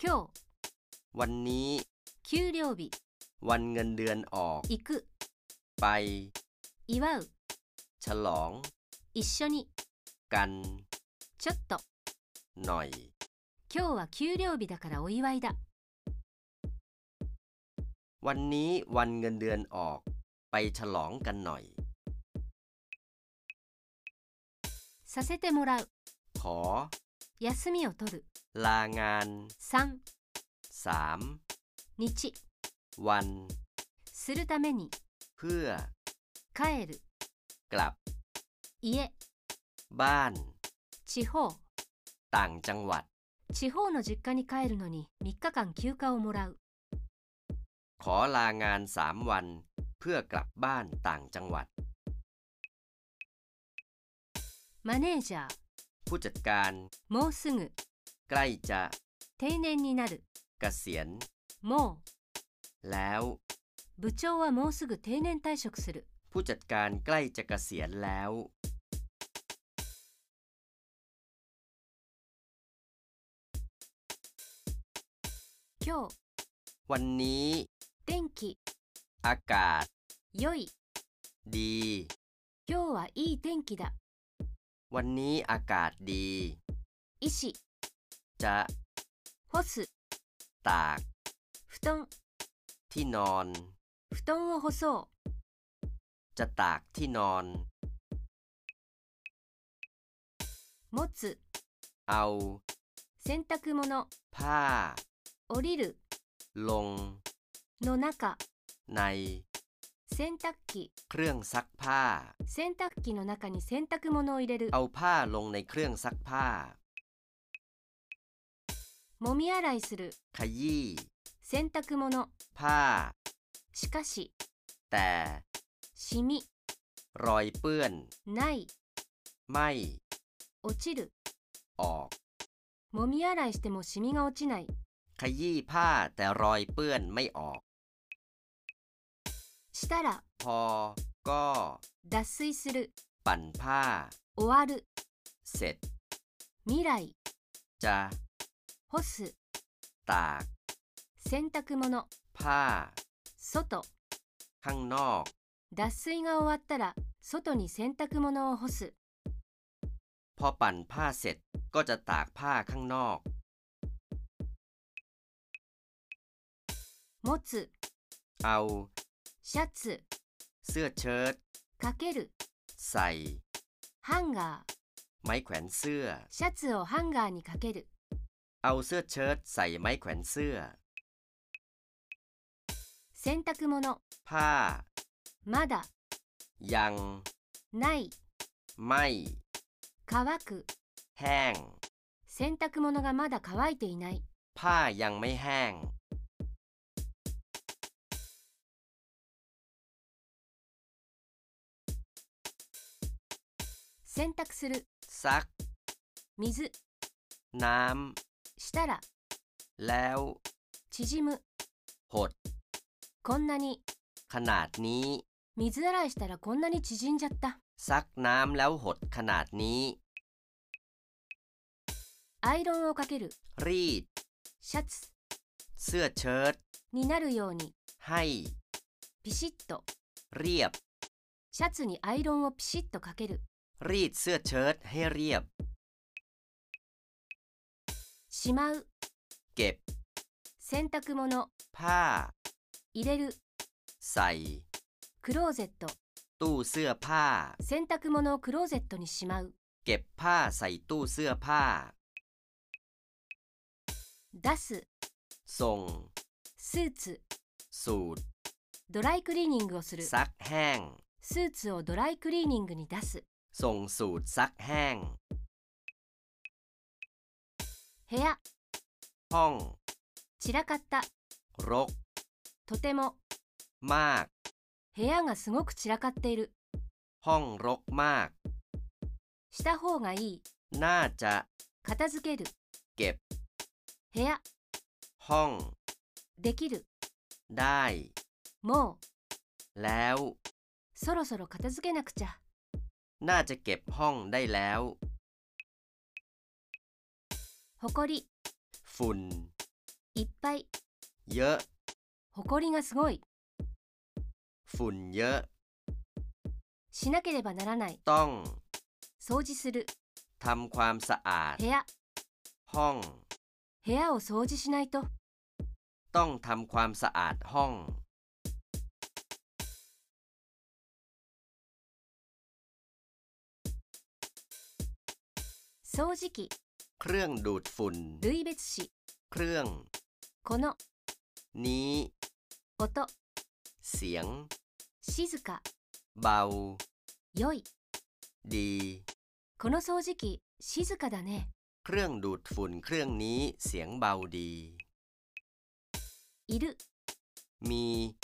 A: 今
B: วันนี้
A: 日給料日
B: วันเงินเดือนออก
A: 行く
B: ไป
A: 祝う
B: ฉลอง
A: 一緒に
B: กัน
A: ちょっと
B: หน่อย
A: 今日は給料日だからお祝いだ
B: วันนี้วันเงินเดือนออก ไปฉลองกันหน่อย
A: させてもらう
B: ขอ
A: 休みを取る
B: ลางาน
A: 3
B: สาม
A: 日
B: วัน
A: するために
B: เพื่อ
A: 帰る
B: กลับ
A: 家
B: บ้าน
A: 地方
B: ต่างจังหวัด
A: 地方の実家に帰るのに3日間休暇をもらう
B: ขอลางานสามวัน เพื่อกลับบ้านต่างจังหวัด
A: マネージャー
B: ผู้จัดการ
A: もうすぐ
B: ใกล้จะ
A: 定年になる
B: เกษียณ
A: も
B: แล้ว
A: う部長はもうすぐ定年退職する
B: ผู้จัดการใกล้จะเกษียณแล้ว
A: 今日、
B: วันนี้
A: 天気、
B: อากาศ
A: 良い。
B: ดี
A: 今日はいい天気だ。
B: วันนี้อากาศดี
A: 医師、
B: จะ
A: 干す、
B: ตาก
A: 布団、
B: ที่นอน
A: 布団を干そ
B: จะตากที่นอน
A: う。持つ、
B: เอา
A: 洗濯物、
B: ผ้า
A: 降りる、
B: ลง
A: の中、
B: ใน
A: 洗濯機、
B: เครื่องซักผ้า
A: 洗濯機の中に洗濯物を入れる。
B: เอาผ้าลงในเครื่องซักผ้า
A: もみ洗いする、
B: ขยี้
A: 洗濯物。
B: ผ้า
A: しかし、
B: แต่
A: シミ、
B: รอยเปื้อน
A: ない、
B: ไม่
A: 落ちる。
B: ออก
A: もみ洗いしてもシミが落ちない。
B: ขยี้ผ้าแต่รอยเปื้อนไม่ออก
A: したら、
B: พอ ก็
A: 脱水する、
B: ปั่นผ้า
A: 終わる、
B: เสร็จ
A: 未来、
B: จะ
A: 干す、
B: ตาก
A: 洗濯物、
B: ผ้า
A: 外、
B: ข้างนอก
A: 脱水が終わったら、外に洗濯物を干す。
B: พอปั่นผ้าเสร็จก็จะตากผ้าข้างนอก
A: 持つ、
B: เอา
A: シャツ、
B: เสื้อเชิ้ต
A: かける、
B: ใส่
A: ハンガー、
B: ไม้แขวนเสื้อ
A: シャツをハンガーにかける。
B: เอาเสื้อเชิ้ตใส่ไม้แขวนเสื้อ
A: 洗濯物、
B: ผ้า
A: まだ、
B: ยัง
A: ない、
B: ไม่
A: 乾く。
B: แห้ง
A: 洗濯物がまだ乾いていない。
B: ผ้ายังไม่แห้ง
A: 洗濯する、
B: ซัก
A: 水、
B: น้
A: したら、
B: ำแล้ว
A: 縮む。
B: หด
A: こんなに、
B: ขนาดนี้
A: 水洗いしたらこんなに縮んじゃった。
B: ซักน้ำแล้วหดขนาดนี้
A: アイロンをかける、
B: รีด
A: シャツ、
B: เสื้อเชิ้ต
A: になるように、
B: ให้
A: ピシッと。
B: เรียบ
A: シャツにアイロンをピシッとかける。
B: รีดเสื้อเชิ้ตให้เรียบ
A: しまう、
B: เก็บ
A: 洗濯物、
B: ผ้า
A: 入れる、
B: ใส่
A: クローゼット。
B: ตู้เสื้อผ้า
A: 洗濯物をクローゼットにしまう。
B: เก็บผ้าใส่ตู้เสื้อผ้า
A: 出す、
B: ส่ง
A: スーツ、
B: สูตร
A: ドライクリーニングをする。
B: ซักแห้ง
A: スーツをドライクリーニングに出す。
B: ส่งสูตรซักแห้ง
A: 部屋、
B: ห้อง
A: 散らかった。
B: รก
A: とても、
B: มาก
A: 部屋がすごく散らかっている。
B: ห้องรกมาก
A: した方がいい。
B: น่าจะ
A: 片付ける。
B: เก็บ
A: 部屋、
B: ห้อง
A: できる。
B: ได้
A: もう、
B: แล้ว
A: そろそろ片付けなくちゃ。
B: น่าจะเก็บห้องได้แล้ว
A: ほこり、
B: ฝุ่น
A: いっぱい。
B: เยอะ
A: ほこりがすごい。
B: ฝุ่นเยอะ
A: しなければならない。
B: ต้อง
A: 掃除する。
B: ทำความสะอาด
A: 部屋、
B: ห้อง
A: 部屋を掃除しないと。
B: ต้องทำความสะอาดห้อง
A: 掃除機、
B: เครื่องดูดฝุ่น
A: 類別紙。
B: เครื่อง
A: この、
B: นี้
A: 音、
B: เสียง
A: 静か、
B: เบา
A: 良い。
B: ดี
A: この掃除機、静かだね。
B: เครื่องดูดฝุ่นเครื่องนี้เสียงเบาดี
A: いる、
B: มี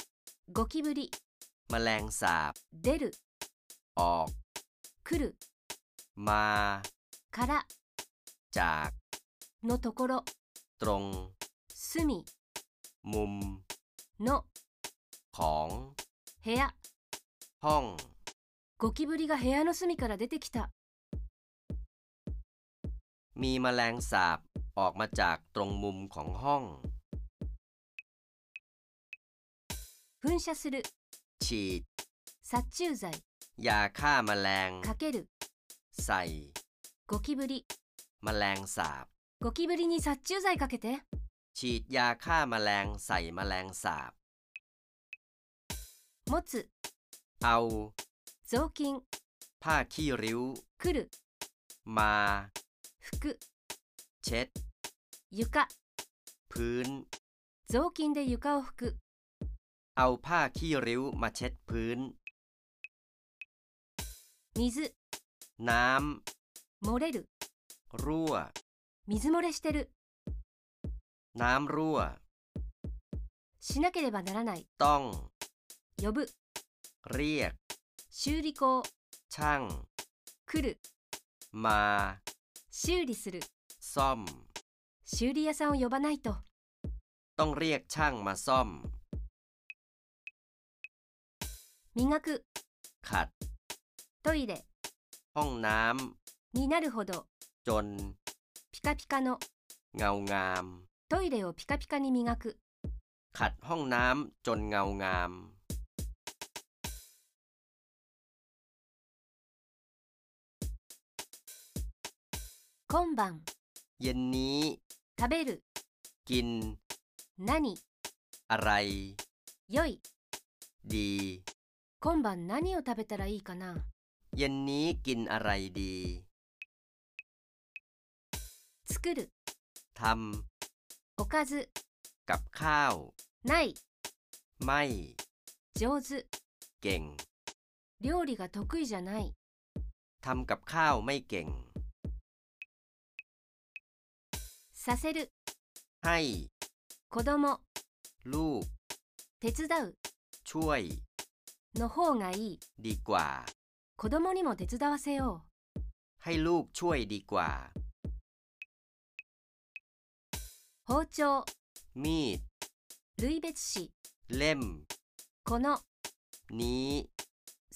A: ゴキブリ、
B: แมลงสาบ
A: 出る、
B: ออก
A: 来る、
B: มา
A: から、
B: จาก
A: のところ、
B: ตรง
A: 隅、
B: มุม
A: の、
B: ของ
A: 部屋。
B: ห้อง
A: ゴキブリが部屋の隅から出てきた。
B: มีแมลงสาบออกมาจากตรงมุมของห้อง
A: 噴射する
B: ฉีด
A: 殺虫剤
B: ยาฆ่าแมลง
A: かける
B: ใส่
A: ゴキブリ
B: แมลงสาบ
A: ゴキブリに殺虫剤かけて
B: ฉีดยาฆ่าแมลงใส่แมลงสาบ
A: 持つ
B: เอา
A: 雑巾
B: ผ้าขี้ริ้ว
A: 来る
B: มา
A: 拭く
B: เช็ด
A: 床
B: พื้น
A: 雑巾で床を拭く
B: เอาผ้าขี้ริ้วมาเช็ดพื้น
A: 水
B: น้
A: 漏れる
B: ำ รั่ว
A: 水漏れしてる
B: น้ำรั่ว
A: しなければならない
B: ต้อง
A: 呼ぶ
B: เรียก
A: 修理工
B: ช่าง
A: 来る
B: มา
A: 修理する
B: ซ่อม
A: 修理屋さんを呼ばないと
B: ต้องเรียกช่างมาซ่อม
A: 磨く
B: ขัด
A: トイレ
B: ห้องน้
A: になるほど
B: ำ จน
A: ピカピカの
B: เงางาม
A: トイレをピカピカに磨く
B: ขัดห้องน้ำจนเงางาม
A: 今晩
B: เย็นนี้
A: 食べる
B: กิน
A: 何
B: อะไร
A: 良い
B: ดี
A: 今晩何を食べたらいいかな
B: เย็นนี้กินอะไรดี
A: 作る
B: ท
A: おかず
B: ำกับข้าว
A: ない
B: ไม่
A: 上手
B: เก่ง
A: 料理が得意じゃない
B: ทำกับข้าวไม่เก่ง
A: させる
B: ให้
A: 子供
B: ลูก
A: 手伝う
B: ช่วย
A: の方がいい
B: ดีกว่า
A: 子供にも手伝わせよ
B: ให้ลูกช่วยดีกว่า
A: う包丁
B: มีด
A: 類別詞
B: เล่ม
A: この
B: นี้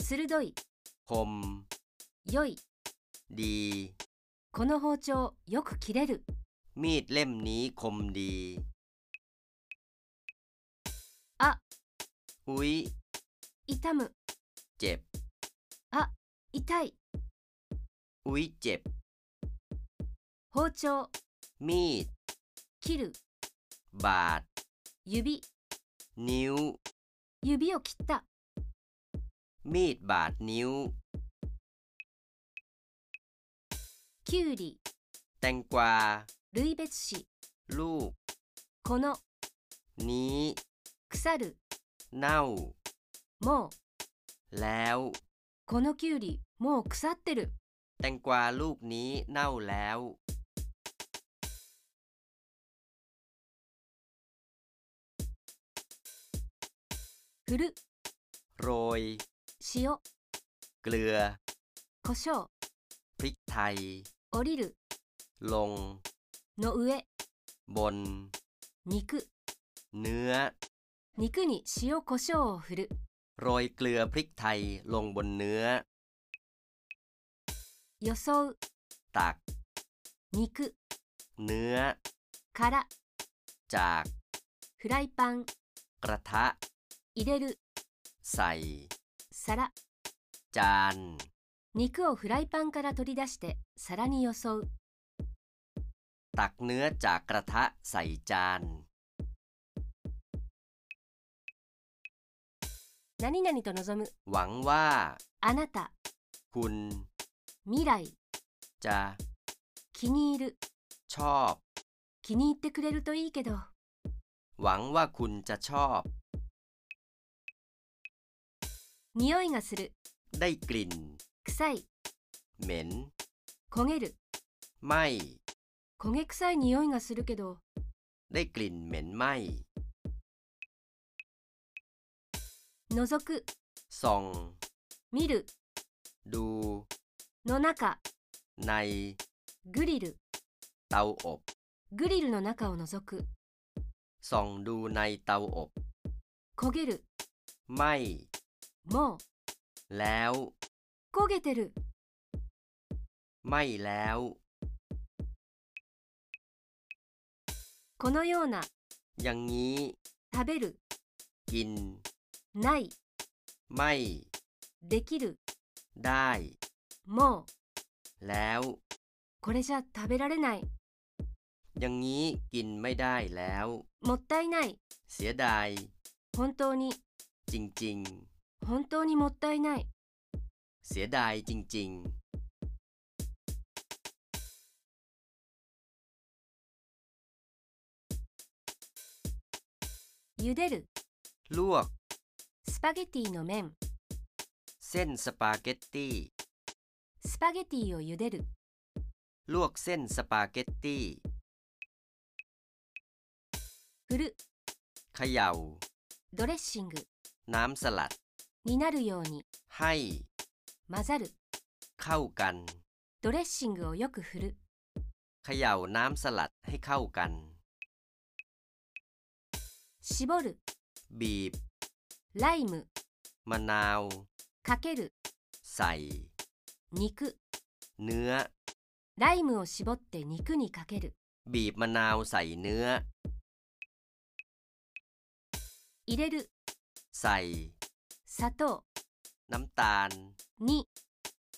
A: 鋭い
B: คม
A: 良い
B: ดี
A: この包丁よく切れる
B: มีดเล่มนี้คมดี
A: อะ
B: อุ๊ย
A: 痛む
B: เจ็บ
A: 痛い
B: อุ๊ยเจ็บ
A: 包丁
B: มีด
A: 切る
B: บาด
A: 指
B: นิ้ว
A: 指を切った
B: มีดบาดนิ้ว
A: きゅうり
B: แตงกวา
A: 類別詞
B: ลูก
A: この
B: นี้
A: 腐る
B: เน่า
A: もう
B: แล้ว
A: このきゅうりもう腐ってる
B: แตงกวาลูกนี้เน่าแล้ว
A: 振る
B: โรย
A: 塩
B: เกลือ
A: 胡椒
B: พริกไทย
A: 降りる
B: ลง
A: の上
B: บน
A: 肉
B: เนื้อ
A: 肉に塩胡椒を振る
B: โรยเกลือพริกไทยลงบนเนื้อ
A: 装う
B: ตัก
A: 肉
B: เนื้อ
A: から
B: จาก
A: フライパン
B: กระทะ
A: 入れる
B: ใส่
A: 皿
B: จาน
A: 肉をフライパンから取り出して皿によそう
B: ตักเนื้อจากกระทะใส่จาน
A: 何々と望む
B: หวังว่า
A: あなた
B: คุณ
A: 未来
B: จะ
A: 気に入る
B: ชอบ
A: 気に入ってくれるといいけど
B: หวังว่าคุณจะชอบ
A: 匂いがする
B: ได้กลิ่น
A: 臭い
B: เหม็น
A: 焦げる
B: ไหม
A: 焦げ臭い匂いがするけど
B: ได้กลิ่นเหม็นไหม
A: 覗く
B: ส่อง
A: 見る
B: ดู
A: の中
B: ใน
A: グリル
B: เตาอบ
A: グリルの中を覗く
B: ส่องดูในเตาอบ
A: 焦げる
B: ไหม
A: も
B: แล้ว
A: う焦げてる
B: ไม่แล้ว
A: このような
B: อย่างนี้
A: 食べる
B: กิน
A: ない、
B: ไม่
A: できる、
B: ได้
A: もう、
B: แล้ว
A: これじゃ食べられない、
B: อย่างนี้กินไม่ได้แล้ว
A: もったいない、
B: เสียดาย
A: 本当に、
B: จริง
A: 本当にもったいない。
B: ๆ เสียดายจริง
A: 茹でる、
B: ๆ ลวก
A: スパゲティの麺、
B: เส้นสปาเกตตี้
A: スパゲティを茹でる、
B: ลวกเส้นสปาเกตตี้
A: 振る、
B: เขย่า
A: ドレッシング、
B: น้ำสลัด
A: になるように、
B: ให้
A: 混ざる、
B: เข้ากัน
A: ドレッシングをよく振る、
B: เขย่าน้ำสลัดให้เข้ากัน
A: 絞る、
B: บีบ
A: ライム、
B: มะนาว
A: かける、
B: ใส่
A: 肉、
B: เนื้อ
A: ライムを絞って肉にかける、
B: บีบมะนาวใส่เนื้อ
A: 入れる、
B: ใส่
A: 砂糖、
B: น้ำตาล
A: 2、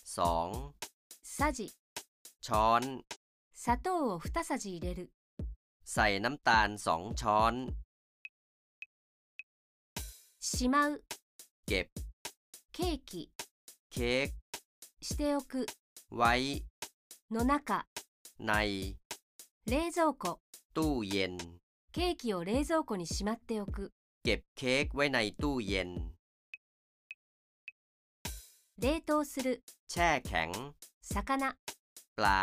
B: สอง
A: さじ、
B: ช้อน
A: 砂糖を2さじ入れる、
B: ใส่น้ำตาลสองช้อน
A: しまう、
B: เก็บ
A: ケーキ、
B: เค้ก
A: しておく、
B: ไว้
A: の中、
B: ใน
A: 冷蔵庫、
B: ตู้เย็น
A: ケーキを冷蔵庫にしまっておく、
B: เก็บเค้กไว้ในตู้เย็น
A: 冷凍する、
B: แช่แข็ง
A: 魚、
B: ปลา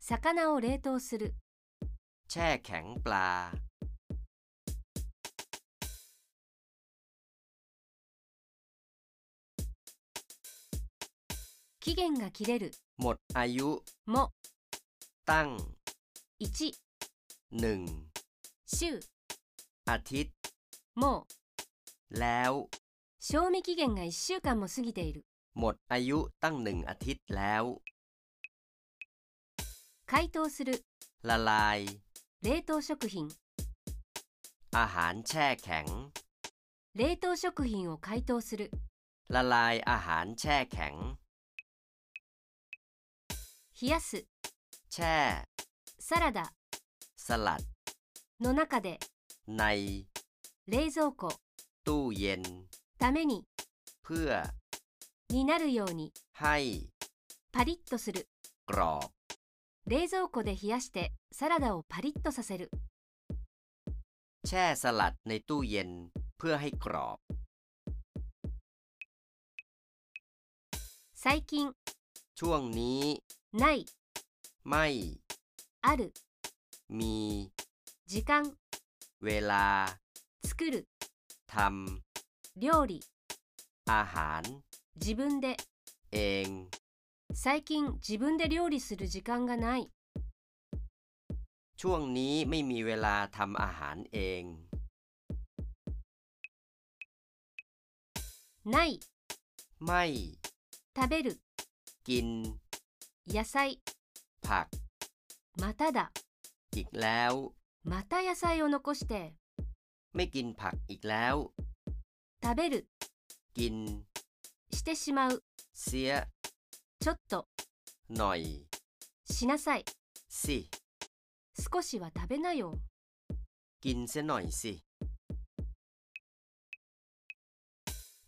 A: 魚を冷凍する、
B: แช่แข็งปลา
A: 期限が切れる、
B: หมดอายุ
A: も、
B: ตั้ง
A: 1、
B: หนึ่ง
A: 週、
B: อาทิตย์
A: もう、
B: แล้ว
A: 賞味期限が1週間も過ぎている、
B: หมดอายุตั้งหนึ่งอาทิตย์แล้ว
A: 解凍する、
B: ละลาย
A: 冷凍食品、
B: อาหารแช่แข็ง
A: 冷凍食品を解凍する、
B: ละลายอาหารแช่แข็ง
A: 冷やす、
B: แช่
A: サラダ
B: สลัด
A: の中で、
B: ใน
A: 冷蔵庫、
B: ตู้เย็น
A: ために、
B: เพื่อ
A: になるように、
B: ให้
A: パリッとする、
B: กรอบ
A: 冷蔵庫で冷やして、サラダをパリッとさせる、
B: แช่สลัดในตู้เย็น เพื่อให้กรอบ
A: 最近、
B: ช่วงนี้
A: ない、
B: ไม่
A: ある、
B: มี
A: 時間、
B: เวลา
A: 作る、
B: ท
A: 料理、
B: ำอาหาร
A: 自分で、
B: เอง
A: 最近自分で料理する時間がない、
B: ช่วงนี้ไม่มีเวลาทำอาหารเอง
A: ない、
B: ไม่
A: 食べる、
B: กิน
A: 野菜、
B: ผัก
A: まただ、
B: อีกแล้ว
A: また野菜を残して、
B: ไม่กินผักอีกแล้ว
A: 食べる、
B: กิน
A: してしまう、
B: เสีย
A: ちょっと、
B: หน่อย
A: しなさい、
B: สิ
A: 少しは食べなよ、
B: กินเสียหน่อยสิ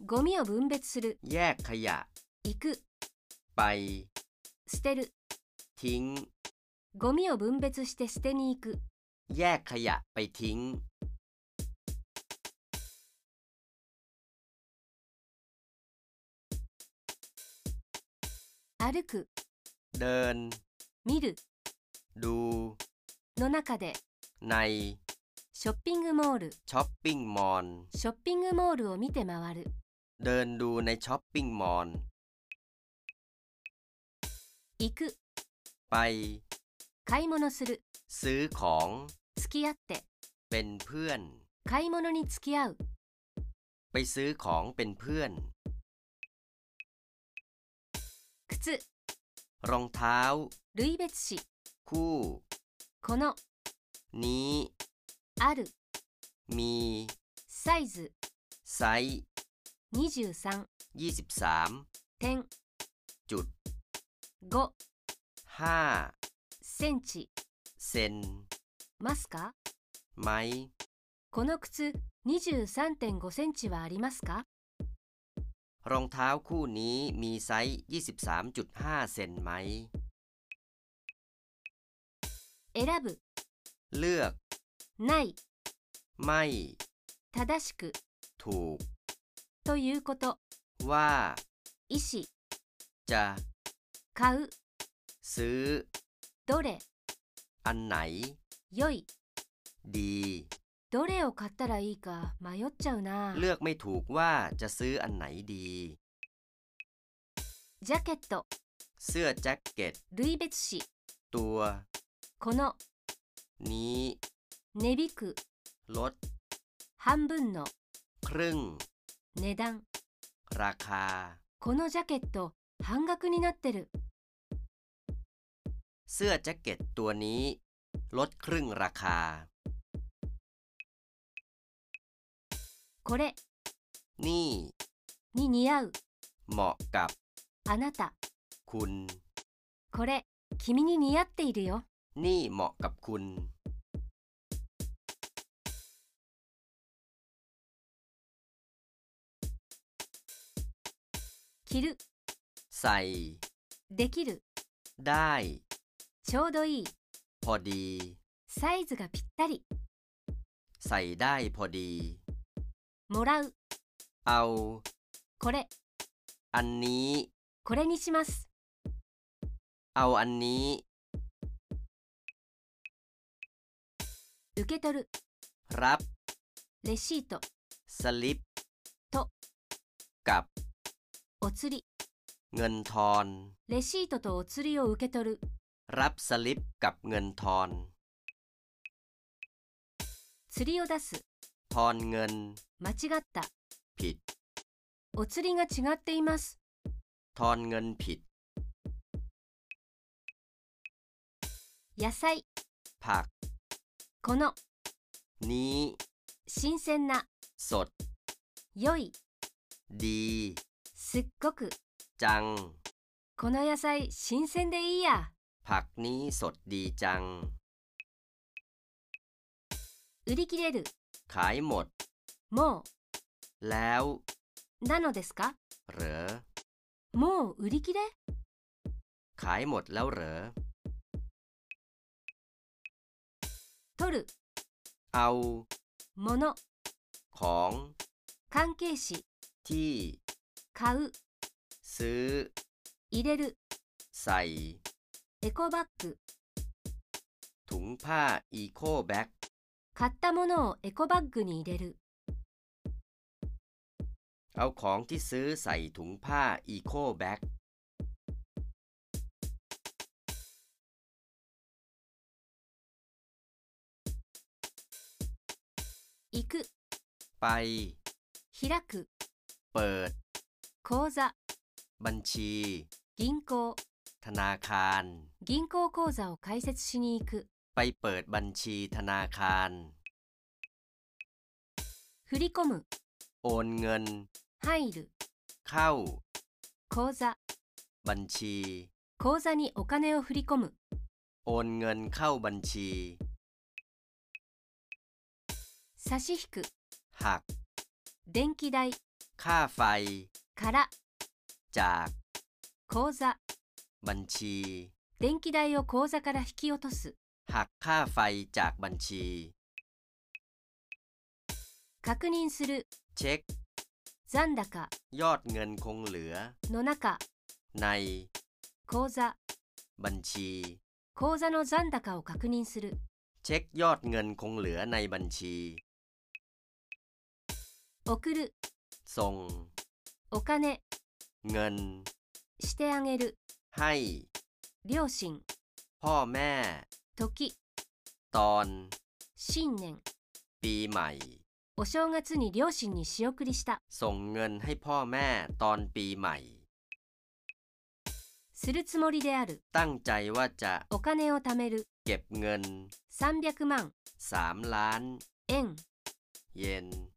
A: ゴミを分別する、
B: แยกขยะ
A: 行く、
B: ไป
A: 捨てる、
B: ทิ้ง
A: ゴミを分別して捨てに行く、
B: แยกขยะไปทิ้ง
A: 歩く、
B: เดิน
A: 見る、
B: ดู
A: の中で、
B: ใน
A: ショッピングモール、
B: ช้อปปิ้งมอลล์
A: ショッピングモールを見て回る、
B: เดินดูในช้อปปิ้งมอลล์
A: 行く、
B: ไป
A: 買い物する、
B: ซื้อของ
A: 付き合って、
B: เป็นเพื่อน
A: 買い物に付き合う、
B: ไปซื้อของเป็นเพื่อน
A: 靴、
B: รองเท้า
A: 類別詞、
B: คู่
A: この、
B: นี้
A: ある、
B: มี
A: サイズ、
B: ไซส์
A: 23
B: 23.5
A: 点5センチ
B: เซน
A: ますか
B: ไหม
A: この靴23.5センチはありますか
B: รองเท้าคู่นี้มีไซส์ 23.5 เซนไหม
A: 選ぶ
B: เลือก
A: ない
B: ไม่
A: 正しく
B: ถูก
A: ということ
B: ว่า
A: 意思
B: จะ
A: 買う
B: ซื้อ
A: どれ
B: อันไหน
A: 良い
B: ดี
A: どれを買ったらいいか迷っちゃうな
B: เลือกไม่ถูกว่าจะซื้ออันไหนดี
A: ジャケット
B: เสื้อแจ็คเก็ต
A: 類別紙
B: ตัว
A: この
B: นี้
A: 値引く
B: ลด
A: 半分の
B: ครึ่ง
A: 値段
B: ราคา
A: このジャケット半額になってる
B: เสื้อแจ็คเก็ตตัวนี้ ลดครึ่งราคา
A: これ
B: นี่
A: に似合う
B: เหมาะกับ
A: あなた
B: คุณ
A: これ君に似合っているよ
B: นี่เหมาะกับคุณ
A: 着る
B: ใส่
A: できる
B: ได้
A: ちょうどいい
B: พอดี
A: サイズがぴったり
B: ใส่ได้พอดี
A: もらう
B: เอา
A: これ
B: อันนี้
A: これにします
B: เอาอันนี้
A: 受け取る
B: รับ
A: レシート
B: สลิป
A: โต๊ะ
B: กับ
A: お釣り
B: เงินทอน
A: レシートとお釣りを受け取る
B: รับสลิปกับเงินทอน
A: 釣りを出す
B: ทอนเงิน
A: 間違った
B: ผิด
A: お釣りが違っています
B: ทอนเงินผิด
A: 野菜
B: ผัก
A: この
B: นี้
A: 新鮮な
B: สด
A: 良い
B: ดี
A: すっごく
B: จัง
A: この野菜新鮮でいいや
B: ผักนี้สดดีจัง
A: 売り切れる
B: ขายหมด
A: も
B: แล้ว
A: うなのですか
B: เหรอ
A: もう売り切れ
B: ขายหมดแล้วเหรอ
A: 取る
B: เอา
A: もの
B: ของ
A: 関係詞
B: ที่
A: 買う
B: ซื้อ
A: 入れる
B: ใส่
A: エコバッグ
B: ถุงผ้าอีโคแบ็ก
A: 買ったものをエコバッグに入れる
B: เอาของที่ซื้อใส่ถุงผ้าอีโคแบ็ก
A: 行く
B: ไป
A: 開く
B: เปิด
A: 口座
B: บัญชี
A: 銀行
B: ธนาคาร
A: 銀行口座を開設しに行く
B: ไปเปิดบัญชีธนาคาร
A: 振り込む
B: โอนเงิน
A: 入る
B: เข้า
A: 口座
B: บัญชี
A: 口座にお金を振り込む
B: โอนเงินเข้าบัญชี
A: 差し引く
B: หัก
A: 電気代
B: ค่าไฟ
A: から
B: จาก
A: 口座
B: บัญชี
A: 電気代を口座から引き落とす
B: หักค่าไฟจากบัญชี
A: 確認する
B: เช็ค
A: 残高
B: ยอดเงินคงเหลือ
A: の中
B: ใน
A: 口座
B: บัญชี
A: 口座の残高を確認する
B: เช็คยอดเงินคงเหลือในบัญชี
A: 送る
B: ส่ง
A: お金
B: เงิน
A: してあげる
B: ให้
A: 両親
B: พ่อแม่
A: 時
B: ตอน
A: 新年
B: ปีใหม่
A: お正月に両親に仕送りした
B: ส่งเงินให้พ่อแม่ตอนปีใหม่
A: するつもりである
B: ตั้งใจว่าจะ
A: お金を貯める
B: เก็บเงิน
A: 300万
B: 3 ล้าน
A: 円
B: เย็น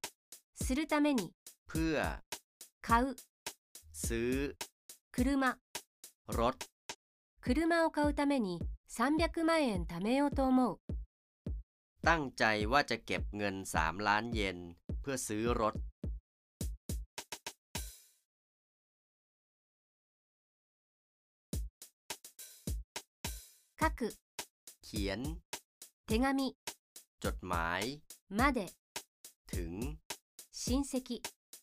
A: するために
B: เพื่อ
A: 買う、
B: ซื้อ
A: 車、
B: รถ
A: 車を買うために300万円貯めようと思う。
B: ตั้งใจว่าจะเก็บเงิน 3 ล้านเยนเพื่อซื้อรถ
A: 書く、
B: เขียน
A: 手紙、
B: จดหมาย
A: まで、
B: ถึง
A: 親戚、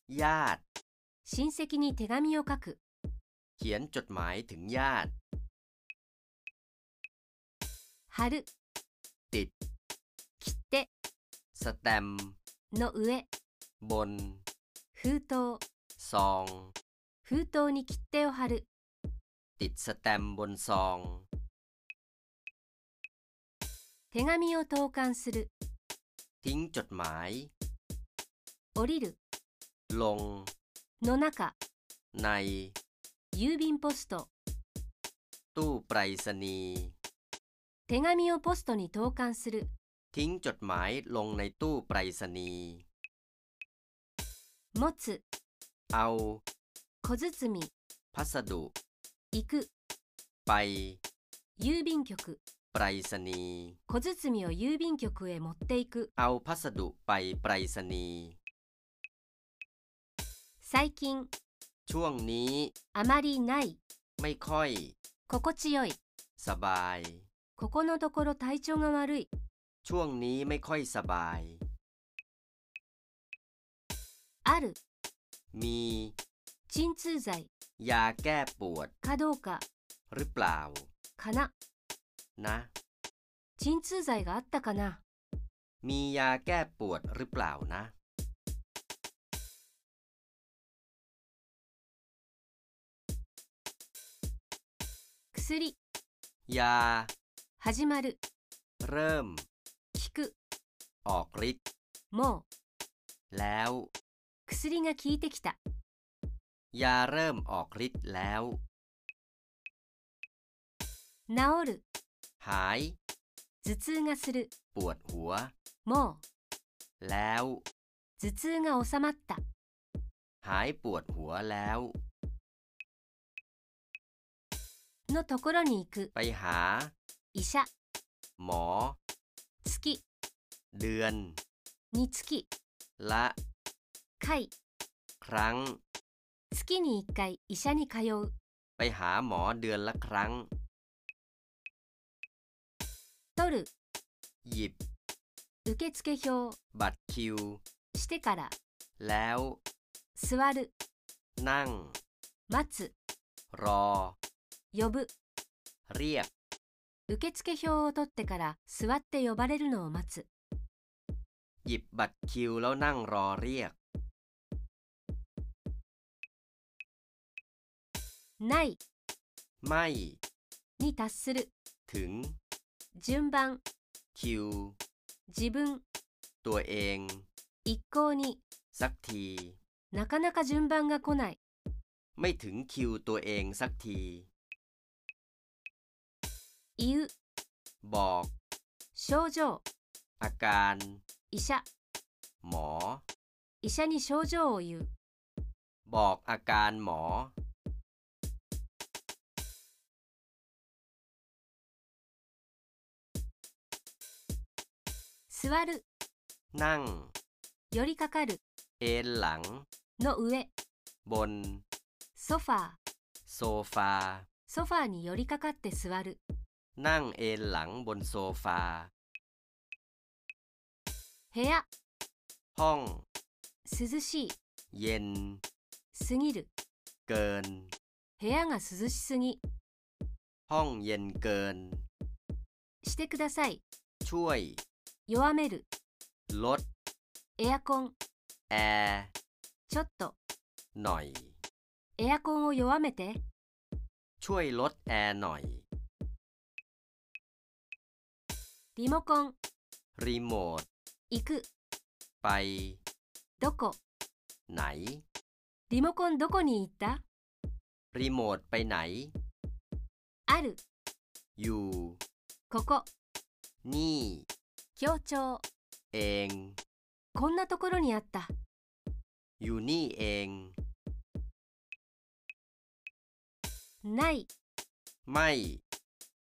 B: ญาติ
A: 親戚に手紙を書く。
B: เขียนจดหมายถึงญาติ
A: 貼る、
B: ติด
A: 切手
B: สแตมป์
A: の上、
B: บน
A: 封筒、
B: ซอง
A: 封筒に切手を貼る。
B: ติดสแตมป์บนซอง
A: 手紙を投函する、
B: ทิ้งจดหมาย
A: 降りる、
B: ลง
A: の中、
B: ใน
A: 郵便ポスト、
B: ตู้ไปรษณีย์
A: 手紙をポストに投函する、
B: ทิ้งจดหมายลงในตู้ไปรษณีย์
A: 持つ、
B: เอา
A: 小包み、
B: พัสดุ
A: 行く、
B: ไป
A: 郵便局、
B: ไปรษณีย์
A: 小包を郵便局へ持っていく、
B: เอาพัสดุไปไปรษณีย์
A: 最近、
B: ช่วงนี้
A: あまりない、
B: ไม่ค่อย
A: 心地よい、
B: สบาย
A: ここのところ体調が悪い、
B: ช่วงนี้ไม่ค่อยสบาย
A: ある、
B: มี
A: 鎮痛剤、
B: ยาแก้ปวด
A: かどうか、
B: หรือเปล่า
A: かな、
B: นะ
A: 鎮痛剤があったかな、
B: มียาแก้ปวดหรือเปล่านะ
A: 薬、
B: ยา
A: 始まる、
B: เริ่ม
A: 効く、
B: ออกฤทธิ์
A: もう、
B: แล้ว
A: 薬が効いてきた、
B: ยาเริ่มออกฤทธิ์แล้ว
A: 治る、
B: หาย
A: 頭痛がする、
B: ปวดหัว
A: もう、
B: แล้ว
A: 頭痛が治まった、
B: หายปวดหัวแล้ว
A: のところに行く、
B: ไปหา
A: 医者、
B: หมอ
A: 月、
B: เดือน
A: につき、
B: ละ
A: 回、
B: ครั้ง
A: 月に1回医者に通う、
B: ไปหาหมอเดือนละครั้ง
A: 取る、
B: หยิบ
A: 受付表、
B: บัตรคิว
A: してから、
B: แล้ว
A: 座る、
B: นั่ง
A: 待つ、
B: รอ
A: 呼ぶ、
B: เรียก
A: 受付表を取ってから座って呼ばれるのを待つ、
B: หยิบบัตรคิวแล้วนั่งรอเรียก
A: ない
B: ไม่
A: に達する、
B: ถึง
A: 順番、
B: คิว
A: 自分、
B: ตัวเอง
A: 一向に
B: สักที
A: なかなか順番が来ない、
B: ไม่ถึงคิวตัวเองสักที
A: 言う、
B: บอก
A: 症状、
B: อาการ
A: 医者、
B: หมอ
A: 医者に症状を言う、
B: บอกอาการหมอ
A: 座る、
B: นั่ง
A: 寄りかかる、
B: เอนหลัง
A: の上、
B: บน
A: ソファー、
B: โซฟา
A: ソファーに寄りかかって座る、
B: นั่งเอนหลังบนโซฟา
A: 部屋、
B: ห้อง
A: 涼しい、
B: เย็น
A: すぎる、
B: เกิน
A: 部屋が涼しすぎ、
B: ห้องเย็นเกิน
A: してください、
B: ช่วย
A: 弱める、
B: ลด
A: エアコン、
B: แอร์
A: ちょっと、
B: หน่อย
A: エアコンを弱めて、
B: ช่วยลดแอร์หน่อย
A: リモコン、
B: รีโมท
A: 行く、
B: ไป
A: どこ、
B: ไหน
A: リモコンどこに行った
B: รีโมทไปไหน
A: ある、
B: อยู่
A: ここ、
B: นี่
A: 協調、
B: เอง
A: こんなところにあった。
B: อยู่นี่เอง
A: ない
B: ไม่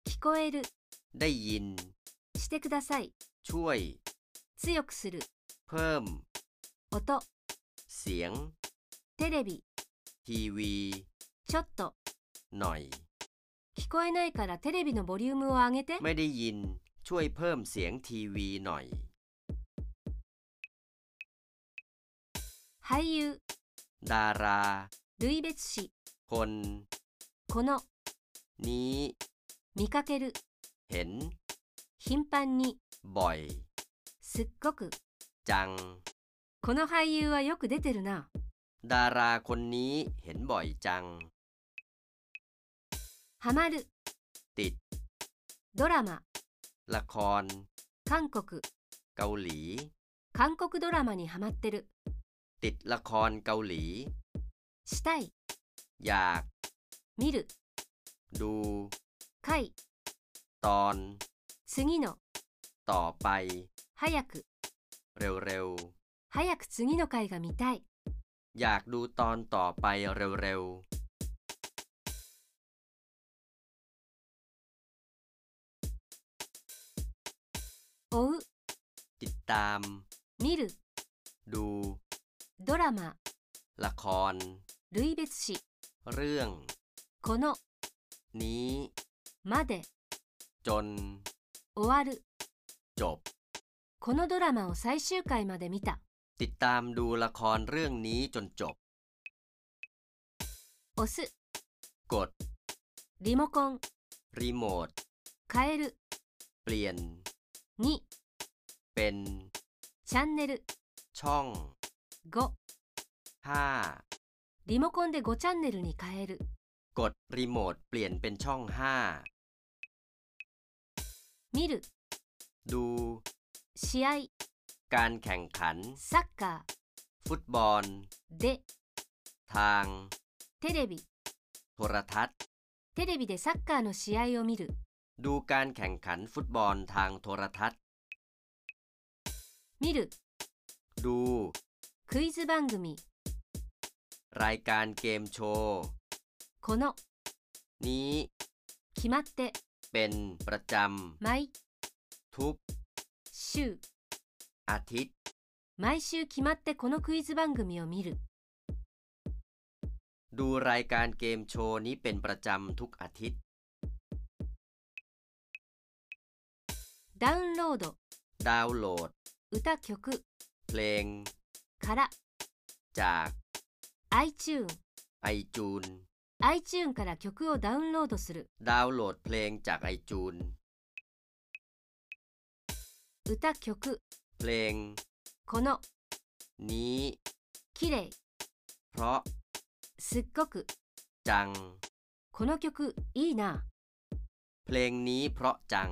A: 聞こえる
B: ได้ยิน
A: してください
B: ช่วย
A: 強くする
B: เพิ่ม
A: 音
B: เสียง
A: テレビ
B: ทีวี
A: ちょっと
B: หน่อย
A: 聞こえないからテレビのボリュームを上げて
B: ไม่ได้ยิน ช่วยเพิ่มเสียงทีวีหน่อย
A: 俳優
B: ดารา
A: 類別詞
B: คน
A: この
B: นี้
A: 見かける
B: เห็น
A: 頻繁に
B: บ่อย
A: すっごく
B: จัง
A: この俳優はよく出てるな
B: ดาราคนนี้เห็นบ่อยจัง
A: ハマる
B: ติด
A: ドラマ
B: ละคร
A: 韓国
B: เกาหลี
A: 韓国ドラマにハマってる
B: ติดละครเกาหลี
A: したい
B: อยาก
A: 見る
B: ดู
A: 回
B: ตอน
A: 次の
B: ต่อไป
A: 早く
B: เร็ว
A: 早く次の回が見たい
B: ๆ อยากดูตอนต่อไปเร็วๆ
A: 追う
B: ติดตาม
A: 見る
B: ดู
A: ドラマ
B: ละคร
A: 類別詞
B: เรื่อง
A: この
B: นี้
A: まで
B: จน
A: 終わる
B: จบ
A: このドラマを最終回まで見た
B: ติดตามดูละครเรื่องนี้จนจบ
A: 押す
B: กด
A: リモコン
B: รีโมท
A: 変える
B: เปลี่ยน
A: 2
B: เป็น
A: チャンネル
B: ช่อง
A: 5
B: 5
A: リモコンで5チャンネルに変える
B: กดรีโมทเปลี่ยนเป็นช่อง
A: 見る
B: 5 ดู
A: 試合
B: การแข่งขัน
A: サッカ
B: ฟุตบอล
A: ーで
B: ทาง
A: テレビ
B: โทรทัศน์
A: テレビでサッカーの試合を見る
B: ดูการแข่งขันฟุตบอลทางโทรทัศน์
A: 見る
B: ดู
A: クイズ番組
B: รายการเกมโชว์
A: この
B: นี้
A: 決まって
B: เป็นประจ
A: 毎
B: ำทุก
A: 週
B: อาทิตย์
A: 毎週決まってこのクイズ番組を見る
B: ดูรายการเกมโชว์นี้เป็นประจำทุกอาทิตย์
A: ダウンロード
B: ดาวน์โหลด
A: 歌曲
B: เพลง
A: から
B: จาก
A: iTune
B: i t u n e
A: iTune から曲をダウンロードする
B: ดาวน์โหลดเพลงจาก i t u n e
A: 歌曲
B: เพลง
A: この
B: นี้
A: 綺麗
B: เพราะ
A: すっごく
B: จัง
A: この曲いいな
B: เพลงนี้เพราะจัง